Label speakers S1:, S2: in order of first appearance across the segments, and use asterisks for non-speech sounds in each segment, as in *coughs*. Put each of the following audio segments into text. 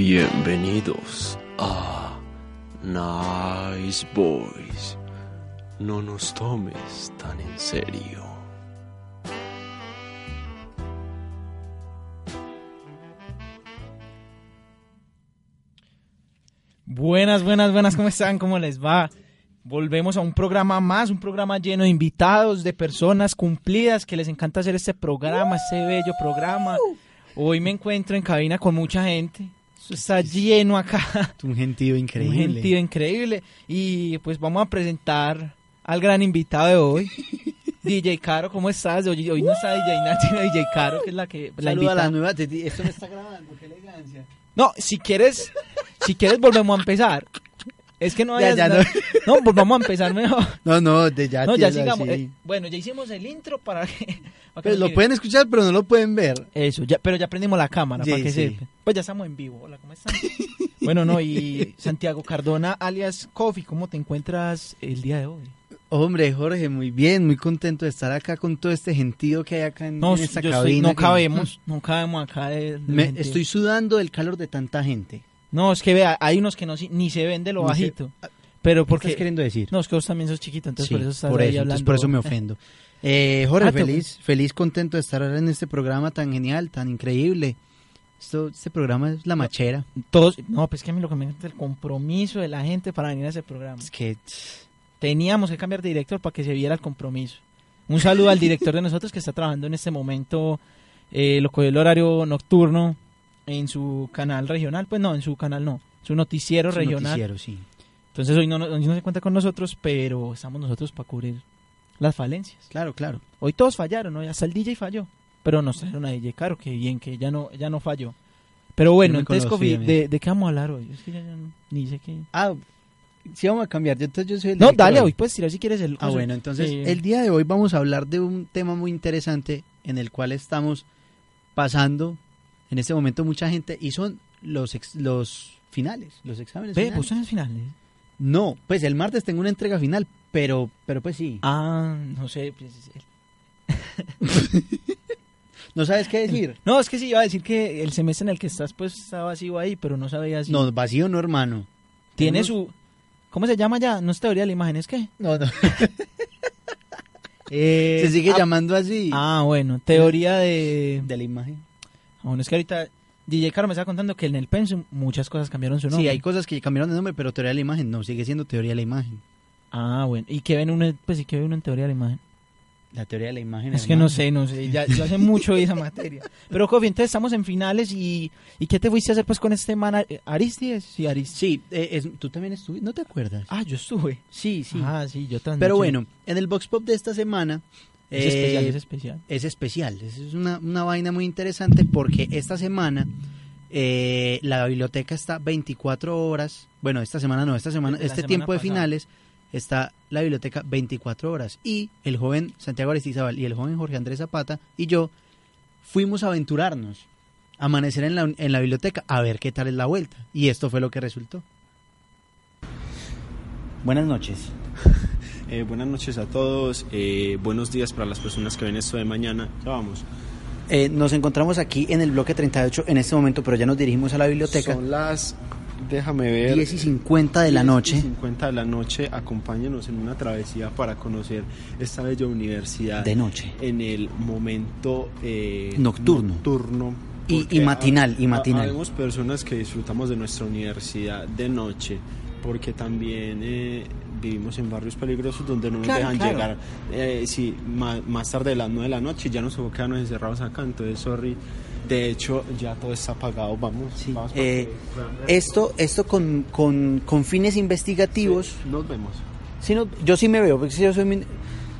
S1: Bienvenidos a Nice Boys. No nos tomes tan en serio.
S2: Buenas, buenas, buenas, ¿cómo están? ¿Cómo les va? Volvemos a un programa más, un programa lleno de invitados, de personas cumplidas que les encanta hacer este programa, este bello programa. Hoy me encuentro en cabina con mucha gente. Eso está lleno acá.
S3: Un gentío increíble.
S2: Un gentío increíble. Y pues vamos a presentar al gran invitado de
S3: *laughs*
S2: hoy. DJ Caro, ¿cómo estás? Hoy, hoy no está DJ Nat, *laughs* sino DJ Caro, que es la que la
S3: Saluda a
S2: invitada.
S3: la nueva Teti. Esto no está grabando, qué elegancia.
S2: No, si quieres, si quieres volvemos a empezar. Es que no
S3: Ya,
S2: hay
S3: ya,
S2: no. no, volvamos a empezar mejor.
S3: No, no, de ya.
S2: No, ya
S3: tielo,
S2: sigamos.
S3: sí.
S2: Eh, bueno, ya hicimos el intro para que. para que
S3: Pero
S2: no
S3: lo
S2: quede-
S3: pueden escuchar, pero no lo pueden ver.
S2: Eso, ya, pero ya prendimos la cámara
S3: Sí,
S2: para que
S3: sí.
S2: sepa. Pues ya estamos en vivo. Hola, ¿cómo están? bueno, no, y Santiago Cardona, alias Coffee, ¿cómo te encuentras el día de hoy?
S3: Hombre, Jorge, muy bien, muy contento de estar acá con todo este gentío que hay acá en,
S2: No,
S3: en esta
S2: yo
S3: cabina.
S2: soy- no
S3: que-
S2: cabemos, no cabemos acá. de- de
S3: *laughs* Me-
S2: gente.
S3: estoy sudando del calor de tanta gente.
S2: No, es que vea, hay unos que no si- ni se ven de lo
S3: Ni se-
S2: bajito. Pero
S3: ¿Por qué
S2: porque.
S3: estás queriendo decir?
S2: No, es que vos también sos chiquito, entonces
S3: Sí,
S2: por eso estás
S3: por
S2: ahí
S3: eso, entonces
S2: hablando.
S3: por eso me ofendo. Eh, Jorge,
S2: Ah, te
S3: feliz, feliz, contento de estar en este programa tan genial, tan increíble. Esto, este programa es la machera.
S2: Todos, no, pues que a mí lo que me encanta es el compromiso de la gente para venir a ese programa.
S3: Es que
S2: Teníamos que cambiar de director para que se viera el compromiso. Un saludo al director de nosotros que está trabajando en este momento, eh, lo cogió el horario nocturno en su canal regional, pues no, en su canal no, su noticiero
S3: es un
S2: regional.
S3: noticiero, sí.
S2: Entonces hoy no, no- hoy no se cuenta con nosotros, pero estamos nosotros para cubrir las falencias.
S3: Claro, claro.
S2: Hoy todos fallaron, hoy hasta el DJ falló. Pero nos trajeron a DJ Caro, que bien, que ya no, ya no falló. Pero bueno,
S3: me
S2: entonces,
S3: conocí,
S2: Cofi,
S3: amigo.
S2: ¿de, ¿de qué vamos a hablar hoy? Es que ya, ya no- ni sé qué.
S3: Ah, sí vamos a cambiar. yo- Entonces yo soy el
S2: No,
S3: director
S2: dale
S3: hoy.
S2: hoy, puedes tirar si quieres el.
S3: Ah, bueno, entonces
S2: Sí.
S3: el día de hoy vamos a hablar de un tema muy interesante en el cual estamos pasando en este momento mucha gente y son los ex- los finales, los exámenes.
S2: Ve, pues, eh. vos
S3: finales.
S2: sabes finales.
S3: No, pues el martes tengo una entrega final, pero pero pues sí.
S2: Ah, no sé. pues, el-
S3: ¿No sabes qué decir?
S2: No, es que sí, iba a decir que el semestre en el que estás, pues estaba vacío ahí, pero no sabía si.
S3: No, vacío no, hermano.
S2: Tiene
S3: tenemos-
S2: su. ¿Cómo se llama ya? No es teoría de la imagen, es que.
S3: No,
S2: *laughs*
S3: *laughs* Eh, no. Se sigue
S2: ah,
S3: llamando así.
S2: Ah, bueno, teoría de.
S3: de la imagen.
S2: Bueno, es que ahorita DJ Caro me estaba contando que en el Pensum muchas cosas cambiaron su nombre.
S3: Sí, hay cosas que cambiaron de nombre, pero teoría de la imagen no, sigue siendo teoría de la imagen.
S2: Ah, bueno. ¿Y qué ven uno? Pues sí, que ven uno en teoría de la imagen.
S3: La teoría de la imagen.
S2: Es que no
S3: hermano.
S2: sé, no sé. Ya, yo hace
S4: *laughs*
S2: mucho vi esa materia. Pero, Kofi, entonces estamos en finales y, y ¿qué te fuiste a hacer pues con este man eh, Aristides? Sí, Aristides.
S3: Sí, eh, es- tú también estuviste, ¿no te acuerdas?
S2: Ah, yo estuve.
S3: Sí, sí.
S2: Ah, sí, yo también.
S3: Pero bueno, en el Vox Pop de esta semana
S2: Es
S3: eh,
S2: especial, es especial.
S3: es especial. Es una, una vaina muy interesante porque esta semana eh, la biblioteca está 24 horas. Bueno, esta semana no, esta semana,
S2: Desde la
S3: este
S2: semana
S3: tiempo de
S2: pasada.
S3: finales está la biblioteca 24 horas. Y el joven Santiago Aristizábal y el joven Jorge Andrés Zapata y yo fuimos a aventurarnos, a amanecer en la, en la biblioteca a ver qué tal es la vuelta. Y esto fue lo que resultó.
S4: Buenas noches.
S1: Eh, buenas noches a todos. eh, buenos días para las personas que ven esto de mañana. Ya vamos.
S3: Eh, nos encontramos aquí en el bloque 38 en este momento, pero ya nos dirigimos a la biblioteca.
S1: Son las. Déjame ver.
S3: 10 y 50 de la
S1: 10 y
S3: noche.
S1: 50 de la noche. Acompáñanos en una travesía para conocer esta bella universidad.
S3: De noche.
S1: En el momento. eh,
S3: Nocturno.
S1: nocturno,
S3: Y- y
S1: porque
S3: matinal, y
S1: ha-
S3: matinal.
S1: Habemos personas que disfrutamos de nuestra universidad de noche. Porque también. eh, Vivimos en barrios peligrosos donde no nos
S3: Claro,
S1: dejan
S3: claro.
S1: llegar eh, sí, ma- más, tarde de las 9 de la noche y ya nos quedamos encerrados acá. Entonces, sorry. De hecho, ya todo está apagado. Vamos.
S3: Sí,
S1: vamos para
S3: eh,
S1: que puedan ver.
S3: esto esto con, con- con fines investigativos.
S1: Sí, Nos vemos.
S3: Si no, yo sí me veo, porque si yo soy... min-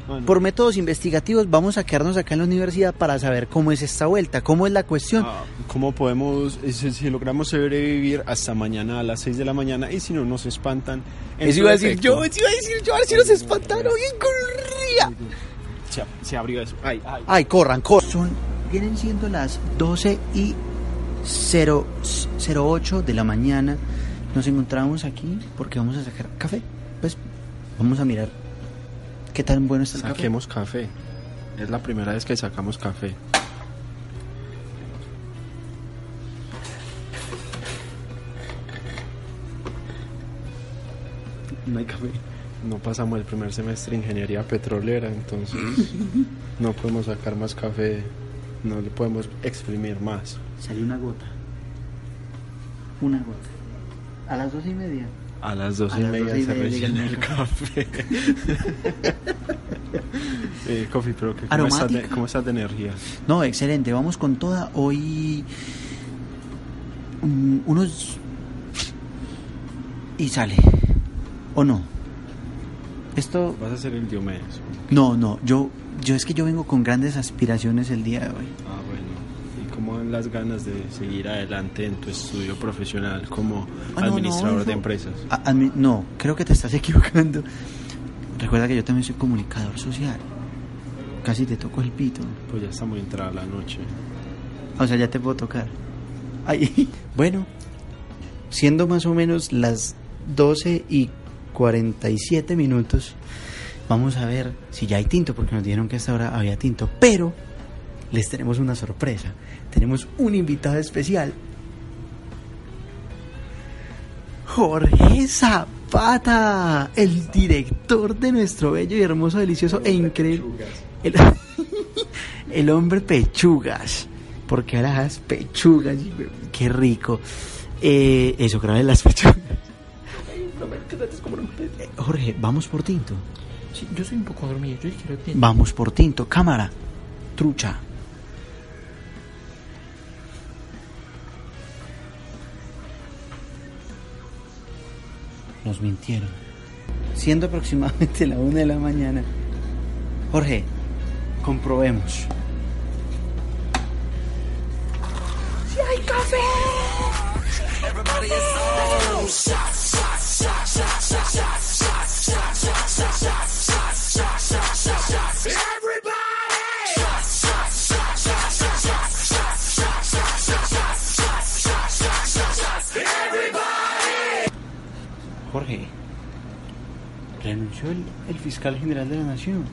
S1: Bueno.
S3: Por métodos investigativos vamos a quedarnos acá en la universidad para saber cómo es esta vuelta, cómo es la cuestión.
S1: Ah, ¿Cómo podemos, eh, si, si logramos sobrevivir hasta mañana a las 6 de la mañana y si no nos espantan? en
S3: eso
S1: su
S3: iba a decir
S1: defecto-
S3: yo, eso iba a decir yo, a ver si nos espantaron y corría.
S1: Se, se abrió eso. Ay, ay.
S3: Ay, corran, corran. Son, vienen siendo las 12 y 0, 08 de la mañana. Nos encontramos aquí porque vamos a sacar café. Pues vamos a mirar qué tan bueno está el café.
S1: Saquemos café. Es la primera vez que sacamos café.
S3: No hay café.
S1: No pasamos el primer semestre de ingeniería petrolera, entonces *laughs* no podemos sacar más café, no le podemos exprimir más.
S3: Salió una gota. Una gota. A las 12 y media.
S1: A las dos
S3: A
S1: y
S3: las
S1: media
S3: doce y
S1: se
S3: media llega
S1: rellena
S3: el
S1: el café. *laughs* eh, coffee, pero que- ¿cómo, estás de,
S3: Aromático.
S1: ¿cómo estás de energía?
S3: No, excelente. Vamos con toda. Hoy. mm, unos. Y sale. ¿O no? Esto.
S1: Vas a ser el Diomedes.
S3: No, no. Yo, yo es que yo vengo con grandes aspiraciones el día de hoy.
S1: Ah, bueno. ¿Y cómo van las ganas de seguir adelante en tu estudio profesional como
S3: Ah, no, no,
S1: administrador
S3: eso-
S1: de empresas?
S3: A- admi- no, creo que te estás *laughs* equivocando. Recuerda que yo también soy comunicador social. Casi te toco el pito.
S1: Pues ya está muy entrada la noche.
S3: O sea, ya te puedo tocar. Ay. *laughs* Bueno, siendo más o menos las 12 y 47 minutos, vamos a ver si ya hay tinto, porque nos dijeron que hasta ahora había tinto. Pero les tenemos una sorpresa. Tenemos un invitado especial. Jorge Zapata, el director de nuestro bello y hermoso, delicioso e increíble. El, *laughs* el hombre pechugas. Porque ahora las pechugas. Qué rico. Eh, eso, grabé las pechugas. Eh, Jorge, vamos por tinto.
S4: Sí, yo soy un poco dormido, yo quiero que-
S3: Vamos por tinto. Cámara. Trucha. Nos mintieron. Siendo aproximadamente la una de la mañana. Jorge, comprobemos. Jorge, renunció el, el fiscal general de la Nación,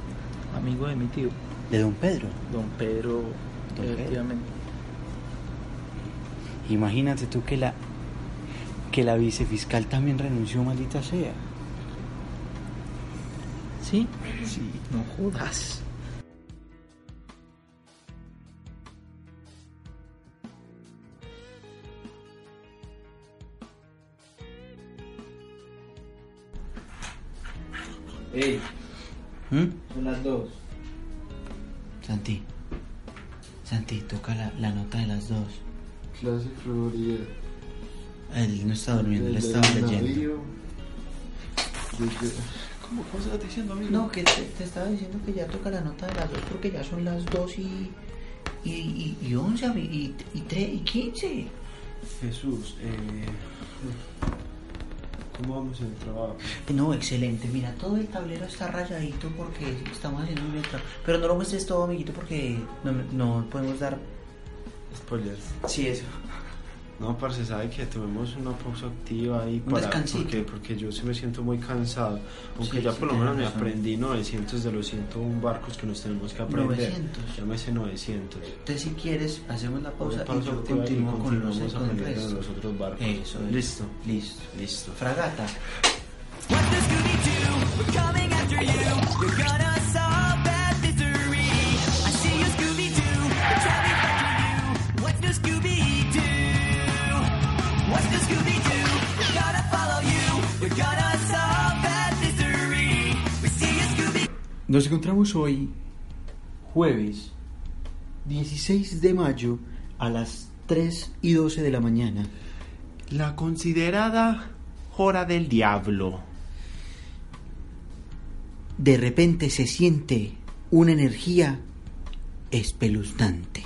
S4: Amigo de mi tío,
S3: de don Pedro.
S4: don Pedro,
S3: Don
S4: efectivamente.
S3: Imagínate tú que la que la vicefiscal también renunció, maldita sea.
S4: ¿Sí? Sí, no jodas.
S3: Son las dos. ¿Mm? Santi, Santi, toca la, la nota de las dos.
S1: Clase Florida.
S3: Él no está durmiendo, él estaba leyendo.
S1: ¿Cómo, ¿Cómo estás diciendo, amigo?
S4: No, que te, te estaba diciendo que ya toca la nota de las dos porque ya son las dos y. y, y, y once, ami- y, y tres, y quince.
S1: Jesús, eh, ¿cómo vamos en el trabajo?
S4: No, excelente, mira, todo el tablero está rayadito porque estamos haciendo un buen trabajo. Pero no lo muestres todo, amiguito, porque no, no podemos dar.
S1: Spoilers.
S4: Sí, eso.
S1: No, parce, sabe que tomemos una pausa activa ahí para...
S4: descansito.
S1: porque, porque yo sí me siento muy cansado. Aunque
S4: Sí,
S1: ya
S4: sí,
S1: por lo
S4: tienes
S1: menos me
S4: razón.
S1: aprendí 900 de los 101 barcos que nos tenemos que aprender.
S4: 900.
S1: Llámese 900.
S4: Entonces, si quieres, hacemos la pausa
S1: Una
S4: y
S1: pausa
S4: yo
S1: activa y
S4: continúo con los,
S1: continuamos
S4: con el
S1: aprendiendo de
S4: resto.
S1: los otros barcos.
S4: Eso es.
S1: Listo.
S4: Listo.
S1: Listo.
S4: Fragata.
S3: Nos encontramos hoy, jueves 16 de mayo, a las 3 y 12 de la mañana.
S1: La considerada hora del diablo.
S3: de repente se siente una energía espeluznante.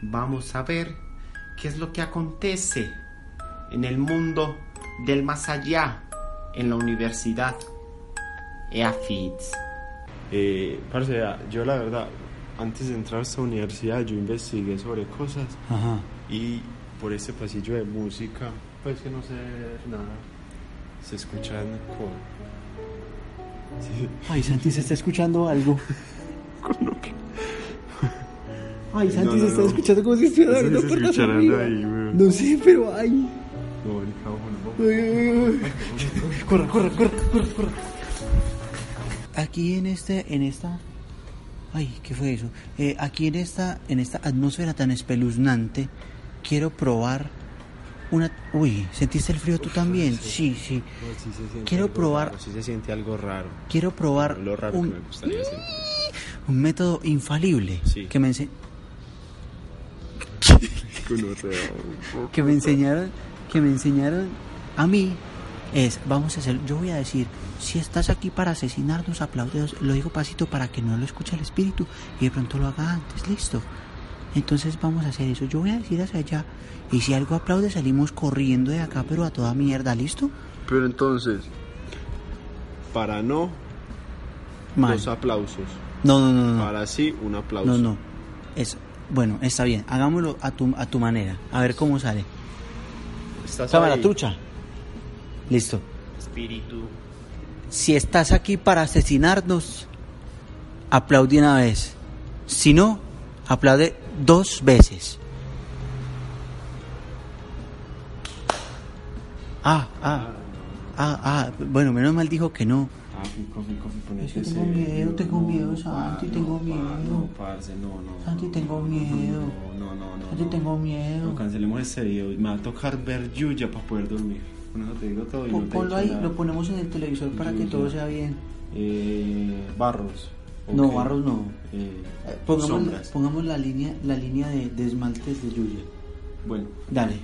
S5: Vamos a ver qué es lo que acontece en el mundo del más allá, en la universidad. Ea Fitz.
S1: Eh, parce, ya, yo la verdad, antes de entrar a esta universidad, yo investigué sobre cosas
S4: Ajá.
S1: y por ese pasillo de música, pues que no sé nada, se escuchan con. Sí,
S4: Ay, Santi se está escuchando algo.
S1: *laughs* con lo que.
S4: Ay,
S1: No,
S4: Santi
S1: no,
S4: se está
S1: no.
S4: escuchando como si estuviera
S1: Sí,
S4: hablando
S1: se
S4: por la
S1: escuchará
S4: familia.
S1: ahí, weón.
S4: No sé, pero ay.
S1: No, el cabrón, no.
S4: Ay, ay, ay.
S3: Corra, corra, corra, corra, corra. Aquí en este, en esta, ay, ¿qué fue eso? Eh, aquí en esta, en esta atmósfera tan espeluznante, quiero probar una. Uy, ¿sentiste el frío tú también? Sí, sí.
S1: No, sí se siente
S3: Quiero
S1: algo
S3: probar-
S1: raro, sí se siente algo raro.
S3: Quiero probar
S1: Lo raro que me
S3: un,
S1: gustaría hacer.
S3: un método infalible
S1: Sí.
S3: que me ense-
S1: Con otro, weón.
S3: que me enseñaron que me enseñaron a mí es vamos a hacer yo voy a decir si estás aquí para asesinarnos aplaudeos lo digo pasito para que no lo escuche el espíritu y de pronto lo haga antes listo entonces vamos a hacer eso yo voy a decir hacia allá y si algo aplaude salimos corriendo de acá pero a toda mierda listo
S1: Pero entonces, para no,
S3: mal
S1: dos aplausos.
S3: no no no no
S1: Para sí, un aplauso.
S3: no no es bueno está bien hagámoslo a tu a tu manera a ver cómo sale
S1: ¿Estás
S3: cámara
S1: ahí?
S3: trucha listo
S5: Espíritu.
S3: Si estás aquí para asesinarnos, aplaudí una vez. Si no, aplaude dos veces. Ah, ah, ah, ah. Bueno, menos mal dijo que no.
S1: Ah, fico, fico, fico,
S3: Es que
S1: ponete
S3: tengo
S1: serio.
S3: miedo, tengo
S1: No,
S3: miedo,
S1: pa,
S3: Santi,
S1: no,
S3: tengo
S1: pa,
S3: miedo.
S1: No, parce, no, no.
S3: Santi,
S1: no,
S3: tengo
S1: no,
S3: miedo.
S1: No, no, no.
S3: Santi,
S1: no.
S3: tengo miedo.
S1: No, cancelemos ese video. Me va a tocar ver Yuya para poder dormir. Con eso te digo todo y no
S3: Pon-
S1: te he
S3: Ponlo
S1: dicho
S3: ahí,
S1: nada.
S3: lo ponemos en el televisor para que todo sea bien.
S1: Eh, barros.
S3: No,
S1: ok.
S3: barros no.
S1: Eh,
S3: Eh, Pongamos, la-
S1: sombras.
S3: pongamos la línea, la línea de, de esmaltes de Yuya.
S1: Bueno.
S3: Dale.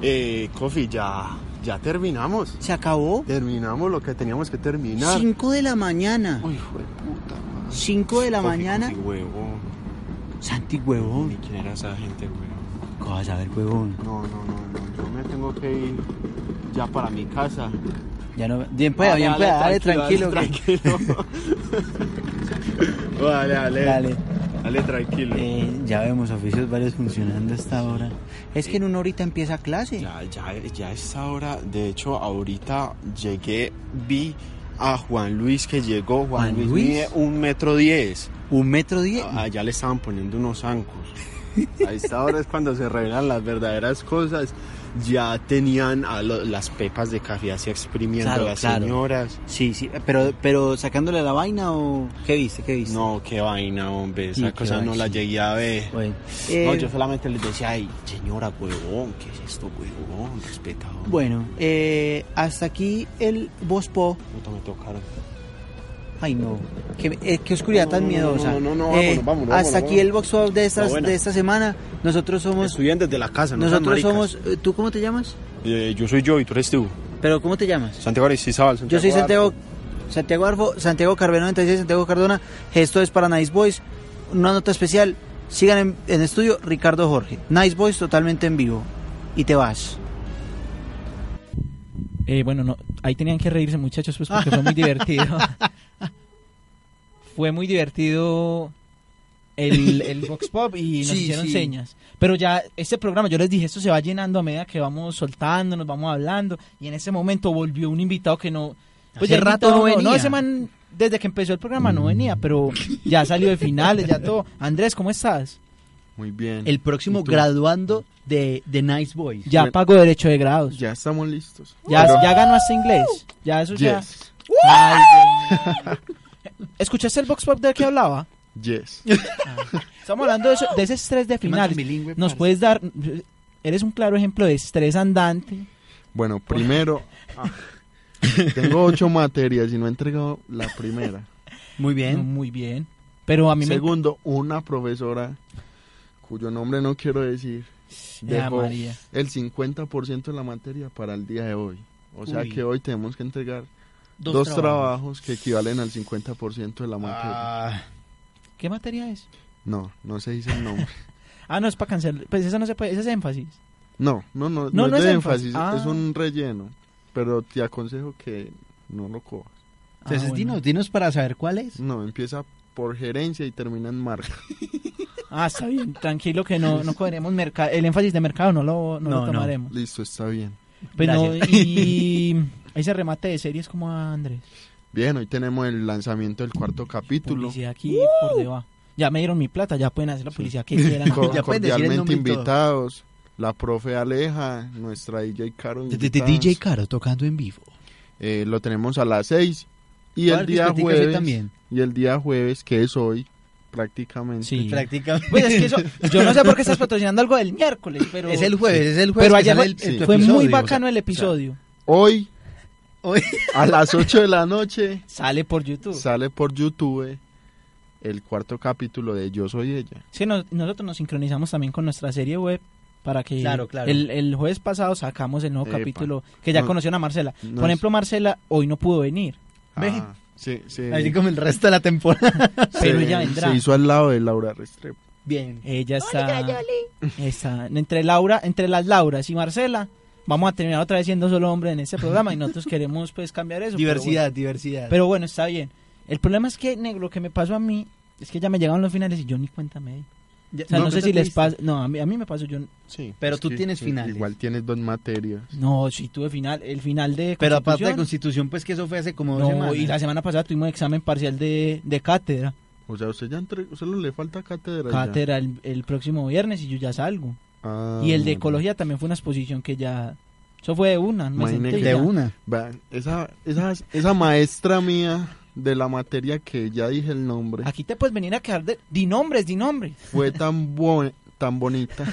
S1: Eh, Kofi, ya, ya terminamos.
S3: ¿Se acabó?
S1: Terminamos lo que teníamos que terminar.
S3: 5 de la mañana.
S1: Uy, hijo de puta. madre.
S3: 5 de la
S1: Kofi,
S3: mañana.
S1: Kofi, huevón.
S3: Santi huevón.
S1: ¿Y quién era esa gente, huevón?
S3: ¿Cómo vas a ver huevón?
S1: No, no, no, no. Yo me tengo que ir ya para mi casa.
S3: Ya no. Bien
S1: Ah,
S3: pueda, bien pueda, dale tranquilo. que-
S1: tranquilo. Vale, dale.
S3: Dale.
S1: Dale, tranquilo.
S3: Eh, ya vemos oficios varios funcionando hasta ahora. Es que en una horita empieza clase.
S1: Ya, ya, ya es ahora. De hecho, ahorita llegué, vi a Juan Luis que llegó. Juan,
S3: ¿Juan
S1: Luis,
S3: Luis?
S1: mide un metro diez.
S3: Un metro diez.
S1: Allá le estaban poniendo unos zancos. A esta hora es cuando se revelan las verdaderas cosas. Ya tenían a lo- las pepas de café así exprimiendo
S3: Claro,
S1: a las
S3: claro.
S1: señoras.
S3: Sí, sí, pero, pero sacándole la vaina o qué viste, qué viste.
S1: No, qué vaina, hombre.
S3: qué
S1: Esa cosa no la
S3: vaina.
S1: llegué a ver.
S3: Bueno,
S1: No,
S3: eh,
S1: yo solamente les decía, ay, señora, huevón, ¿qué es esto, huevón? Respeta, hombre".
S3: bueno eh, hasta aquí el Bospo.
S1: Puta, me tocaron.
S3: Ay no, qué, eh, qué oscuridad
S1: No,
S3: tan
S1: no, no,
S3: miedosa.
S1: no, no, no, vámonos,
S3: Eh,
S1: vámonos,
S3: Hasta
S1: vámonos,
S3: aquí el Box Pop de, estas,
S1: No, bueno.
S3: de esta semana. Nosotros somos.
S1: Estudiantes de la casa, no sean
S3: Nosotros
S1: maricas.
S3: somos. eh, ¿Tú cómo te llamas?
S1: Eh, yo soy yo y tú eres tú.
S3: ¿Pero cómo te llamas?
S1: Santiago Aristizábal.
S3: Yo soy
S1: Santiago.
S3: Santiago, Santiago Arfo, Santiago Carveno 96, Santiago Cardona. Esto es para Nice Boys. Una nota especial. Sigan en, en estudio Ricardo Jorge. Nice Boys totalmente en vivo. Y te vas.
S2: Eh, bueno, no, ahí tenían que reírse muchachos, pues porque fue muy divertido. fue muy divertido el, el Vox Pop y nos
S3: Sí,
S2: hicieron
S3: sí.
S2: señas. Pero ya este programa, yo les dije, esto se va llenando a medida que vamos soltando, nos vamos hablando. Y en ese momento volvió un invitado que no... pues,
S4: Hace
S2: ya el
S4: rato no
S2: invitado No,
S4: venía.
S2: ese man, desde que empezó el programa no venía, pero ya salió de finales, ya todo. Andrés, ¿cómo estás?
S1: Muy bien.
S4: El próximo
S1: ¿Y tú?
S4: graduando de, de Nice Boys.
S2: Ya
S1: Bueno.
S2: pago derecho de grados.
S1: Ya estamos listos.
S2: Ya,
S1: Pero-
S2: ya ganó hasta inglés. Ya eso ya...
S1: Yes.
S2: Ay, Dios mío. *laughs* ¿Escuchaste el box pop del que hablaba?
S1: Yes.
S2: Estamos hablando de, eso- de ese estrés de finales. Nos puedes dar, eres un claro ejemplo de estrés andante.
S6: Bueno, primero. ah, *laughs* tengo ocho materias y no he entregado la primera.
S4: Muy
S2: No,
S4: bien.
S2: muy bien. Pero a mí
S6: Segundo, una profesora cuyo nombre no quiero decir
S2: me... Ah,
S6: dejó
S2: María.
S6: el 50% de la materia para el día de hoy. O sea
S4: Uy.
S6: que hoy tenemos que entregar
S3: Dos,
S6: dos
S3: trabajos.
S6: trabajos que equivalen al 50% de la materia.
S3: Ah,
S2: ¿Qué materia es?
S6: No, no se dice el nombre.
S2: Ah, no, es para cancelar. Pues esa no se puede, esa es énfasis.
S6: No, no, no, no,
S2: No,
S6: es
S2: no es
S6: de
S2: énfasis.
S6: énfasis,
S2: Ah.
S6: es un relleno. Pero te aconsejo que no lo cojas.
S3: entonces,
S2: Ah, bueno.
S3: dinos, dinos para saber cuál es.
S6: No, empieza por gerencia y termina en marca.
S2: Ah, está bien, tranquilo que no, no cogeremos mercado. El énfasis de mercado no lo, no lo
S3: No, no.
S2: tomaremos.
S6: Listo, está bien.
S2: Pero,
S3: *laughs* Gracias.
S2: y ese remate de series como a Andrés.
S6: Bien, hoy tenemos el lanzamiento del cuarto capítulo.
S2: Publicidad aquí
S3: ¡Uh!
S2: por debajo. Ya me dieron mi plata, ya pueden hacer la publicidad que quieran.
S3: *laughs*
S6: Co-
S3: Ya puedes decir el
S6: cordialmente
S3: nombre y todo.
S6: invitados. La profe Aleja, nuestra DJ Caro.
S3: De- de- de
S6: invitadas.
S3: DJ Caro tocando en vivo.
S6: Eh, lo tenemos a las 6 y
S3: Va a
S6: el
S3: haber
S6: día
S3: discotecas hoy
S6: jueves
S3: también.
S6: y el día jueves que es hoy prácticamente
S2: Sí.
S3: Prácticamente.
S2: Pues es que eso,
S3: *laughs*
S2: yo no sé por qué estás patrocinando algo del miércoles, pero
S3: Es el jueves, es el jueves.
S2: pero
S3: que
S2: ayer
S3: sale
S2: fue,
S3: el- el- tu
S2: fue
S3: episodio,
S2: muy
S3: o sea,
S2: bacano el episodio.
S6: hoy
S3: hoy-
S6: a las 8 de
S3: *laughs*
S6: la noche
S2: Sale por YouTube.
S6: sale por YouTube el cuarto capítulo de Yo soy ella.
S2: Sí, no- nosotros nos sincronizamos también con nuestra serie web para que
S3: Claro, claro.
S2: El, el jueves pasado sacamos el nuevo
S6: Epa.
S2: capítulo que ya
S6: No-
S2: conocieron a Marcela.
S6: no
S2: Por
S6: es-
S2: ejemplo, Marcela hoy no pudo
S3: *laughs*
S2: venir,
S3: Ve.
S6: Ah, sí, sí.
S3: Así como el resto de
S2: *laughs*
S3: la temporada.
S2: pero
S6: Se-
S2: ella vendrá.
S6: Se hizo al lado de Laura Restrepo.
S3: Bien.
S2: Ella está, está entre Laura, entre las Lauras y Marcela. Vamos a terminar otra vez siendo solo hombre en este programa y nosotros queremos pues cambiar eso. pero
S3: Diversidad, diversidad.
S2: bueno. Pero bueno, está bien. El problema es que negro, lo que me pasó a mí es que ya me llegaron los finales y yo ni cuenta me di.
S3: Ya-
S2: O sea, no, sé si les
S3: viste.
S2: pasa, no, a mí, a mí me pasó yo
S6: Sí.
S3: Pero
S6: es
S3: tú tienes
S6: sí,
S3: finales.
S6: Igual tienes dos materias.
S2: no, sí tuve final, el final de
S3: Pero aparte
S2: Constitución.
S3: de Constitución, pues que eso fue hace como
S2: No,
S3: dos semanas.
S2: y la semana pasada tuvimos examen parcial de, de cátedra.
S6: O sea, usted ya entregó, solo le falta cátedra. Pues ya.
S2: Cátedra el, el próximo viernes y yo ya salgo.
S6: Ah,
S2: y el de
S6: bueno.
S2: ecología también fue una exposición que ya... Eso fue de una, no me
S6: Imagínate
S2: senté
S6: que-
S2: ya.
S3: De una.
S6: Vean, esa, esa, esa maestra mía de la materia que ya dije el nombre
S2: Aquí te puedes venir a quedar de... Di nombres, di nombres. *laughs*
S6: fue tan, bo- tan bonita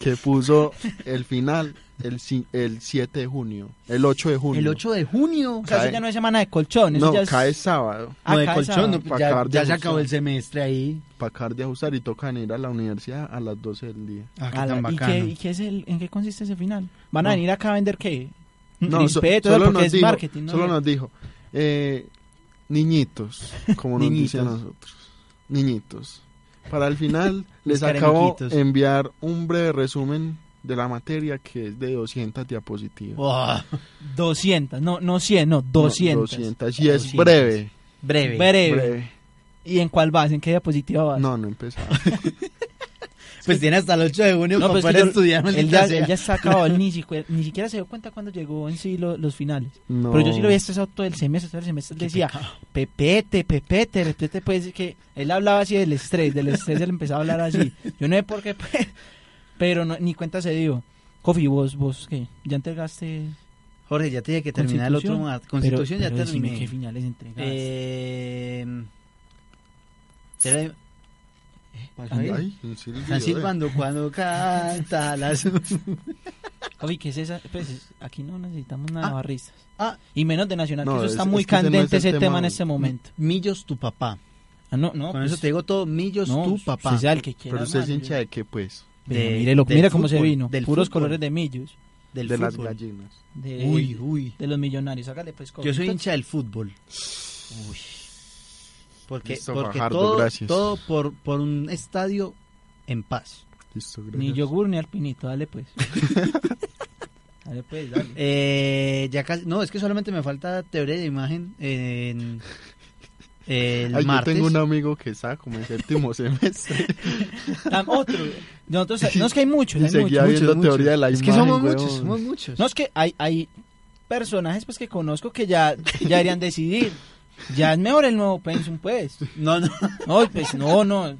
S6: que puso el final el, ci- el 7 de junio, el 8 de junio.
S3: El 8 de junio.
S2: O sea, eso
S6: Cae-
S2: ya no es semana de colchón. eso
S6: no,
S2: ya es-
S6: cae sábado
S2: Ah,
S3: No, de
S2: cae
S3: colchón,
S2: sábado.
S3: no,
S6: Pa'
S3: ya,
S6: acabar de
S3: ya se
S6: ajustar.
S3: acabó el semestre ahí.
S6: para acabar de ajustar y tocan ir a la universidad a las 12 del día.
S3: Ah, qué
S2: A la-
S3: tan
S2: ¿Y,
S3: bacano.
S2: qué, y qué es el, en qué consiste ese final? ¿Van a
S6: No.
S2: venir acá a vender qué?
S6: No, so-
S2: Crispeto,
S6: solo
S2: porque
S6: nos
S2: es
S6: dijo,
S2: marketing, ¿no?
S6: solo nos dijo eh, niñitos, como nos dice a
S3: Niñitos.
S6: nosotros, niñitos. Para
S2: *laughs*
S6: el final les
S3: Los
S6: acabo
S3: careniquitos.
S6: enviar un breve resumen de la materia que es de 200 diapositivas.
S3: Wow.
S2: 200, no, no 100, no,
S6: No,
S2: 200.
S6: 200 y es
S3: 200.
S6: breve,
S3: Breve.
S2: Oh, Breve.
S6: breve.
S2: ¿Y en cuál vas? ¿En qué diapositiva vas?
S6: No, no empezaba.
S2: *laughs*
S3: Pues tiene hasta el 8 de junio
S2: No, pero
S3: para
S2: es que
S3: poder
S2: yo-
S3: estudiar.
S2: él,
S3: maldita
S2: ya,
S3: sea.
S2: él ya está acabado, él ni siquiera, ni siquiera se dio cuenta cuando llegó en sí lo- los finales.
S6: No.
S2: Pero yo sí lo había estresado todo el semestre, todo el semestre. Él decía, Pepete, Pepete, Pepete, pues que él hablaba así del estrés, del estrés él empezaba a hablar así. Yo no sé por qué, *laughs* pues, pero no- ni cuenta se dio. Cofi, vos, vos, ¿qué? ¿Ya entregaste
S3: Jorge, ya tenía que terminar el otro.
S2: Constitución?
S3: ma- Constitución
S2: pero, pero
S3: ya
S2: decime
S3: terminé.
S2: qué finales entregaste.
S3: Eh, era-
S6: Ay, un silbido,
S3: Están
S6: eh.
S3: silbando cuando canta las...
S2: *laughs* Cofi, ¿qué es esa? Pues es- aquí no necesitamos nada
S3: Ah.
S2: de barristas.
S3: Ah.
S2: Y menos de Nacional,
S6: No,
S2: que eso está
S6: es-
S2: muy
S6: es que ese no
S2: candente
S6: es el
S2: ese tema,
S6: tema,
S2: en
S6: güey.
S2: este momento.
S3: Millos tu papá.
S2: Ah, no, no.
S3: Con
S2: pues,
S3: eso te digo todo. Millos
S2: no, pues,
S3: tu papá.
S2: usted sea el que quiera,
S6: Pero usted es
S2: hermano,
S6: hincha
S2: yo-
S6: de qué, pues?
S2: Mire,
S3: de-
S2: mírelo,
S3: del
S2: mira cómo se
S3: fútbol,
S2: vino.
S3: del
S2: Puros
S3: fútbol.
S2: colores de millos.
S3: Del
S6: de las
S3: fútbol.
S6: gallinas.
S2: De,
S3: Uy, uy.
S2: de los millonarios. Hágale pues
S3: Yo soy
S2: Coquito.
S3: hincha del fútbol. Porque,
S6: Listo,
S3: porque
S6: Fajardo,
S3: todo,
S6: gracias.
S3: todo por, por un estadio en paz.
S6: Listo,
S2: Ni
S6: gracias.
S2: yogur ni alpinito, dale
S3: *laughs*
S2: pues. dale pues, dale.
S3: Eh, ya casi, no, es que solamente me falta teoría de imagen en el
S6: Ay, yo
S3: martes.
S6: tengo un amigo que está como en séptimo *laughs* semestre
S2: Tam- otro. Nosotros, no es que hay muchos,
S6: y
S2: hay muchos.
S6: seguía viendo teoría de la
S3: es
S6: imagen.
S3: que somos
S6: weón.
S3: muchos, somos muchos.
S2: No es que hay, hay personajes pues que conozco que ya, ya deberían decidir. Ya es mejor el nuevo pensum pues.
S3: No,
S6: *laughs*
S3: no,
S2: No, pues no, no.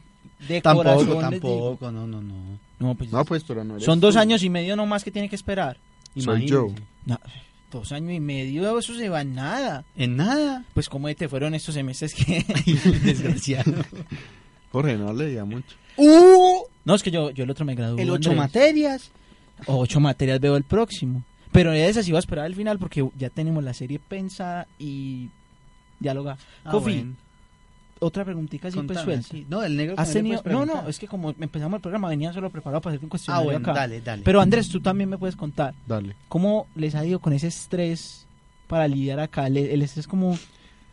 S2: De
S3: tampoco,
S2: corazón les digo.
S3: tampoco, no, no, no.
S2: No, pues,
S6: No, pues, pero no eres
S2: son dos
S6: tú.
S2: años y medio nomás que tiene que esperar.
S6: Soy
S3: Imagínense.
S6: yo.
S2: No, dos años y medio, eso se va en nada.
S3: En nada.
S2: Pues como te fueron estos semestres
S3: *laughs*
S2: que...
S3: Desgraciado.
S6: Jorge no le diga mucho.
S3: ¡Uh!
S2: No, es que yo, yo el otro me gradué.
S3: El ocho
S2: Andrés.
S3: materias.
S2: Ocho materias veo el próximo. Pero de esas iba a esperar al final porque ya tenemos la serie pensada y diáloga.
S3: Ah,
S2: Kofi,
S3: bueno,
S2: otra preguntita así pues
S3: contame,
S2: suelta.
S3: sí. No, el negro
S2: ¿Has
S3: también le
S2: tenido... No,
S3: puedes
S2: no,
S3: preguntar.
S2: es que como empezamos el programa venía solo preparado para hacer un
S3: Ah,
S2: cuestionario
S3: bueno,
S2: acá.
S3: dale, dale.
S2: Pero Andrés, tú también me puedes contar
S6: Dale.
S2: cómo les ha ido con ese estrés para lidiar acá? El, el estrés como...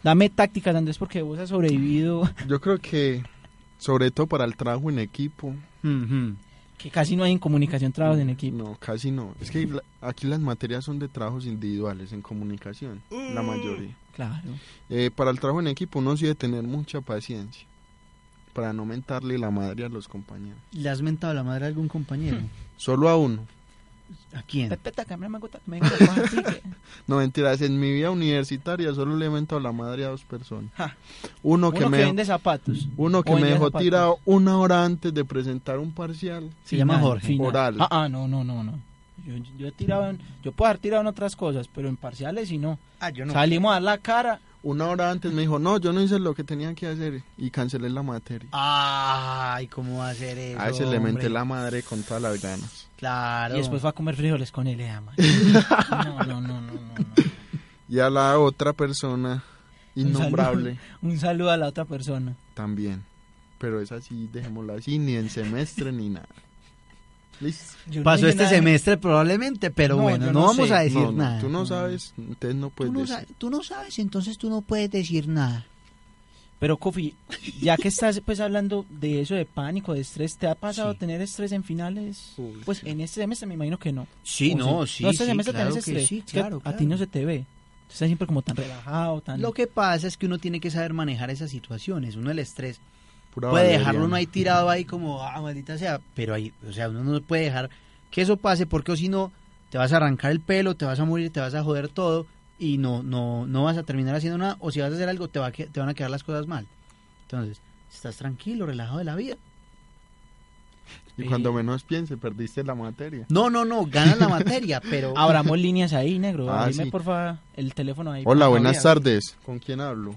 S2: Dame tácticas, Andrés, porque vos has sobrevivido,
S6: Yo creo que, sobre todo para el trabajo en equipo,
S3: Ujú.
S2: que casi no hay en comunicación trabajos en equipo.
S6: no, casi no. Es que la- aquí las materias son de trabajos individuales en comunicación, la mayoría.
S2: Claro.
S6: Eh, para el trabajo en equipo uno sí debe tener mucha paciencia para no mentarle la madre a los compañeros.
S3: ¿Le has mentado la madre a algún compañero?
S6: Solo a uno.
S3: ¿A quién?
S2: Pepeta, que *laughs* a mí no me gusta que me
S3: *laughs*
S2: digan las cosas así, que-
S6: No, mentiras, en mi vida universitaria solo le he mentado la madre a dos personas.
S2: Ja.
S6: Uno que
S2: Uno que
S6: me,
S2: vende zapatos.
S6: uno que
S2: o
S6: me
S2: vendía
S6: dejó
S2: zapatos.
S6: tirado una hora antes de presentar un parcial.
S3: Se llama Jorge.
S6: Oral.
S2: Ah, ah, no, no, no, no. Yo, yo he tirado en- yo puedo haber tirado en otras cosas, pero en parciales y no.
S3: Ah, yo
S2: Salimos a dar la cara.
S6: Una hora antes me dijo, no, yo no hice lo que tenía que hacer y cancelé la materia.
S3: Ay, ¿cómo va a ser eso?
S6: A ese le menté
S3: hombre?
S6: la madre con todas las ganas.
S3: Claro.
S2: Y después va a comer frijoles con el
S6: *laughs*
S2: ama. No, no, no, no, no, no.
S6: Y a la otra persona, innombrable,
S2: Un saludo a la otra persona.
S6: también. Pero es así, dejémosla así, ni en semestre ni nada. Listo.
S2: Yo no
S3: Pasó
S2: dije
S3: este
S2: nada.
S3: semestre probablemente, pero
S2: No,
S3: bueno,
S2: yo
S3: no,
S2: no
S3: vamos
S2: sé.
S3: a decir
S6: No, no,
S3: nada.
S6: tú no sabes, pues, entonces no
S4: Tú
S6: puedes
S4: no, sa-
S6: decir.
S4: tú no sabes, entonces tú no puedes decir nada.
S2: Pero Kofi, ya que estás pues hablando de eso de pánico, de estrés, ¿te ha pasado tener estrés en finales?
S6: Uy,
S2: pues
S6: sí.
S2: en este semestre me imagino que no.
S3: Sí,
S2: ¿O
S3: no, sí,
S2: No, este
S3: sí,
S2: semestre
S3: claro
S2: tenés
S3: que
S2: estrés.
S3: sí,
S2: Es que
S3: claro,
S2: A
S3: claro.
S2: ti no se te ve. Tú estás siempre como tan relajado, tan
S3: Lo que pasa es que uno tiene que saber manejar esas situaciones. Uno el estrés
S6: Pura
S3: puede
S6: Valeria.
S3: dejarlo uno ahí tirado ahí como, ah, maldita sea, pero ahí, o sea, uno no puede dejar que eso pase porque o si no, te vas a arrancar el pelo, te vas a morir, te vas a joder todo y no, no, no vas a terminar haciendo nada o si vas a hacer algo te, va a que- te van a quedar las cosas mal. Entonces, estás tranquilo, relajado de la vida.
S6: Y cuando menos piense, perdiste la materia.
S3: No, no, no, ganas
S6: *laughs*
S3: la materia, pero...
S2: Abramos líneas ahí, negro.
S6: Ah,
S2: Dime,
S6: sí.
S2: porfa, el teléfono ahí.
S6: Hola,
S2: Por
S6: buenas
S2: favor.
S6: tardes. ¿Con quién hablo?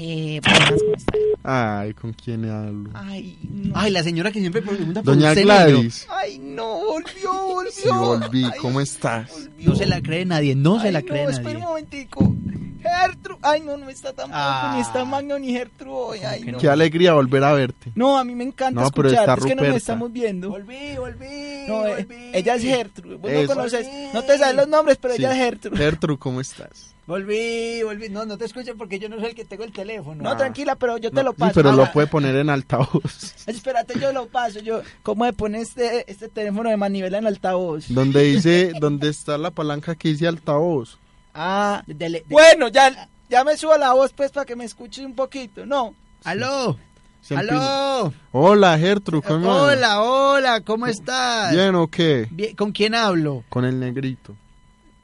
S4: Eh, buenas, ¿cómo estás?
S6: Ay, ¿con quién hablo?
S2: Ay, no.
S3: Ay, la señora que siempre pregunta por
S6: Doña
S3: usted, negro.
S6: Gladys.
S2: Ay, no, *laughs* volvió, volvió.
S6: Sí, volví. ¿Cómo estás?
S3: No se la cree nadie, no se
S2: Ay,
S3: la cree
S2: no,
S3: nadie.
S2: espera un momentico. Gertrude. Ay, no, no está tampoco.
S3: Ah.
S2: Ni está Magno ni Gertrude hoy. Ay, no.
S6: Qué alegría volver a verte.
S2: No, a mí me encanta
S6: No, pero
S2: escucharte.
S6: está
S2: es que no
S6: Ruperta.
S2: nos estamos viendo.
S4: Volví, volví,
S2: No, eh,
S4: volví.
S2: ella es Gertrude. Vos no
S6: Eso.
S2: conoces. No te sabes los nombres, pero
S6: Sí.
S2: ella es Gertrude.
S6: Gertrude, ¿cómo estás?
S4: Volví, volví. No, no te escucho porque yo no soy el que tengo el teléfono.
S2: No, tranquila, pero yo te
S6: No,
S2: lo
S6: sí,
S2: paso.
S6: pero
S2: Ahora,
S6: lo puede poner en altavoz.
S2: Espérate, yo lo paso. Yo, ¿Cómo me pone este, este teléfono de manivela en altavoz?
S6: Donde dice, donde está la palanca que dice altavoz.
S2: Ah, bueno, ya, ya me subo la voz pues para que me escuches un poquito, ¿no?
S3: Aló,
S6: Siempre-
S3: aló, Eh,
S6: Hola, Gertrude, ¿cómo andas?
S3: hola, hola, ¿cómo estás?
S6: ¿Bien o qué?
S3: Bien, ¿Con quién hablo?
S6: Con el negrito.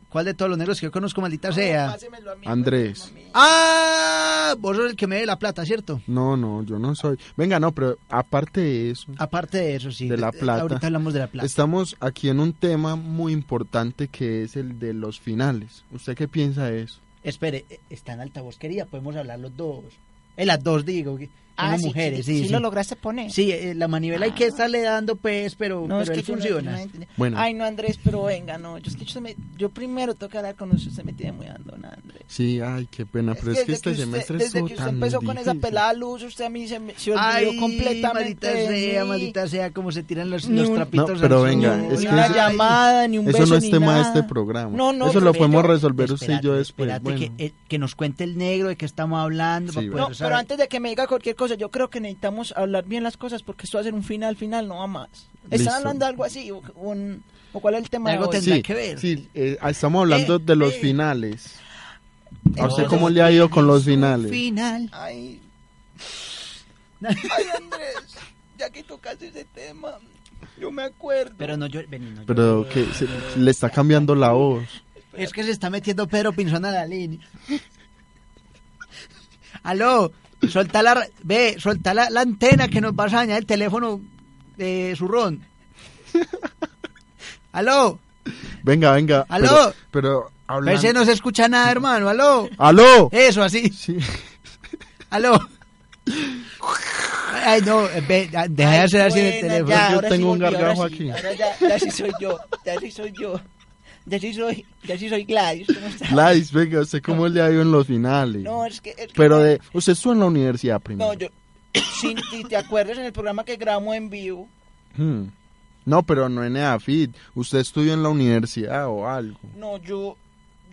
S3: ¿Cuál de todos los negros que yo conozco, maldita sea?
S2: Pásemelo a mí,
S6: Andrés.
S2: pásemelo a mí.
S3: ¡Ah! Vos sos el que me dé la plata, ¿cierto?
S6: No, no, yo no soy. Venga, no, pero aparte de eso,
S3: Aparte de eso, sí.
S6: De la
S3: eh,
S6: plata.
S3: Ahorita hablamos de la plata.
S6: estamos aquí en un tema muy importante que es el de los finales. ¿Usted qué piensa de eso?
S3: Espere, eh, está en altavoz, querida, podemos hablar los dos. Eh, las dos, digo, que
S4: Ah,
S2: Ah,
S3: somos mujeres, sí, sí.
S2: lograste poner.
S3: Sí, eh, la manivela hay que estarle dando, pues, pero, pero él
S2: yo no-
S3: funciona.
S2: yo no entendí.
S6: Bueno.
S2: Ay, no, Andrés, pero venga, no. Yo, es que yo, se me- yo primero tengo que hablar con usted. Usted me tiene muy abandonado, Andrés.
S6: Sí, ay, qué pena, pero es
S2: desde
S6: que este
S2: usted-
S6: semestre
S2: Desde
S6: estuvo
S2: que usted
S6: tan
S2: empezó con esa
S6: difícil.
S2: pelada luz, usted a mí se, me- se olvidó
S3: Ay,
S2: completamente.
S3: maldita
S2: de
S3: sea,
S2: mí.
S3: maldita sea, cómo se tiran los,
S2: Ni
S3: los
S2: un-
S3: trapitos.
S6: No, pero
S3: al sol.
S6: venga,
S2: Ni
S6: es que
S2: una
S6: eso-
S2: llamada, ni un beso,
S6: Eso no es
S2: ni
S6: tema de
S2: nada.
S6: este programa.
S2: No, no,
S6: Eso lo
S2: pero
S6: podemos
S2: yo-
S6: resolver usted y yo
S3: Espérate,
S6: después.
S3: espérate,
S6: Bueno,
S3: que, eh, que nos cuente el negro de qué estamos hablando.
S6: Sí,
S3: para
S6: ve.
S3: poder
S2: No,
S3: saber.
S2: pero antes de que me diga cualquier cosa, yo creo que necesitamos hablar bien las cosas porque esto va a ser un final, final, no va más.
S6: Listo.
S2: ¿Están hablando de algo así? ¿O, un- o cuál es el tema de
S3: Algo
S2: hoy?
S3: tendrá
S6: sí,
S3: que ver.
S6: sí, eh, estamos hablando de
S2: eh.
S6: los finales. ¿A usted
S2: Entonces,
S6: cómo le ha ido con los finales?
S3: Final.
S2: Ay. *laughs* Ay, Andrés, ya que tocaste ese tema, yo me acuerdo.
S3: Pero no, yo, vení, no, yo-
S6: Pero que se- le está cambiando la voz.
S3: Es que se está metiendo Pedro Pinzón a la línea. *laughs* Aló, suelta la, ra- ve, suelta la, la antena que nos vas a dañar el teléfono de
S6: *laughs*
S3: zurrón. Aló,
S6: Venga, venga.
S3: Aló.
S6: Pero, pero
S3: a veces
S6: hablando.
S3: no se escucha nada, hermano. Aló,
S6: ¡Aló!
S3: eso así.
S6: Sí.
S3: Aló. Ay, no, ve, ya, deja de hacer así en
S2: Buena,
S3: el teléfono.
S2: ya,
S6: Yo
S2: ahora sí
S6: tengo un
S2: volví, ahora
S6: gargajo
S2: sí,
S6: aquí.
S2: ahora ya, ya sí soy yo, ya sí soy yo. Ya sí soy, ya sí soy Gladys. ¿cómo estás?
S6: Gladys, venga, ¿usted cómo le ha ido en los finales?
S2: No, es que... es que-
S6: Pero de, usted estuvo en la universidad primero.
S2: No, yo... Si, si te acuerdas en el programa que grabamos en vivo,
S6: Hmm. E No, pero no en EAFIT. Usted estudió en la universidad o algo.
S2: no, yo...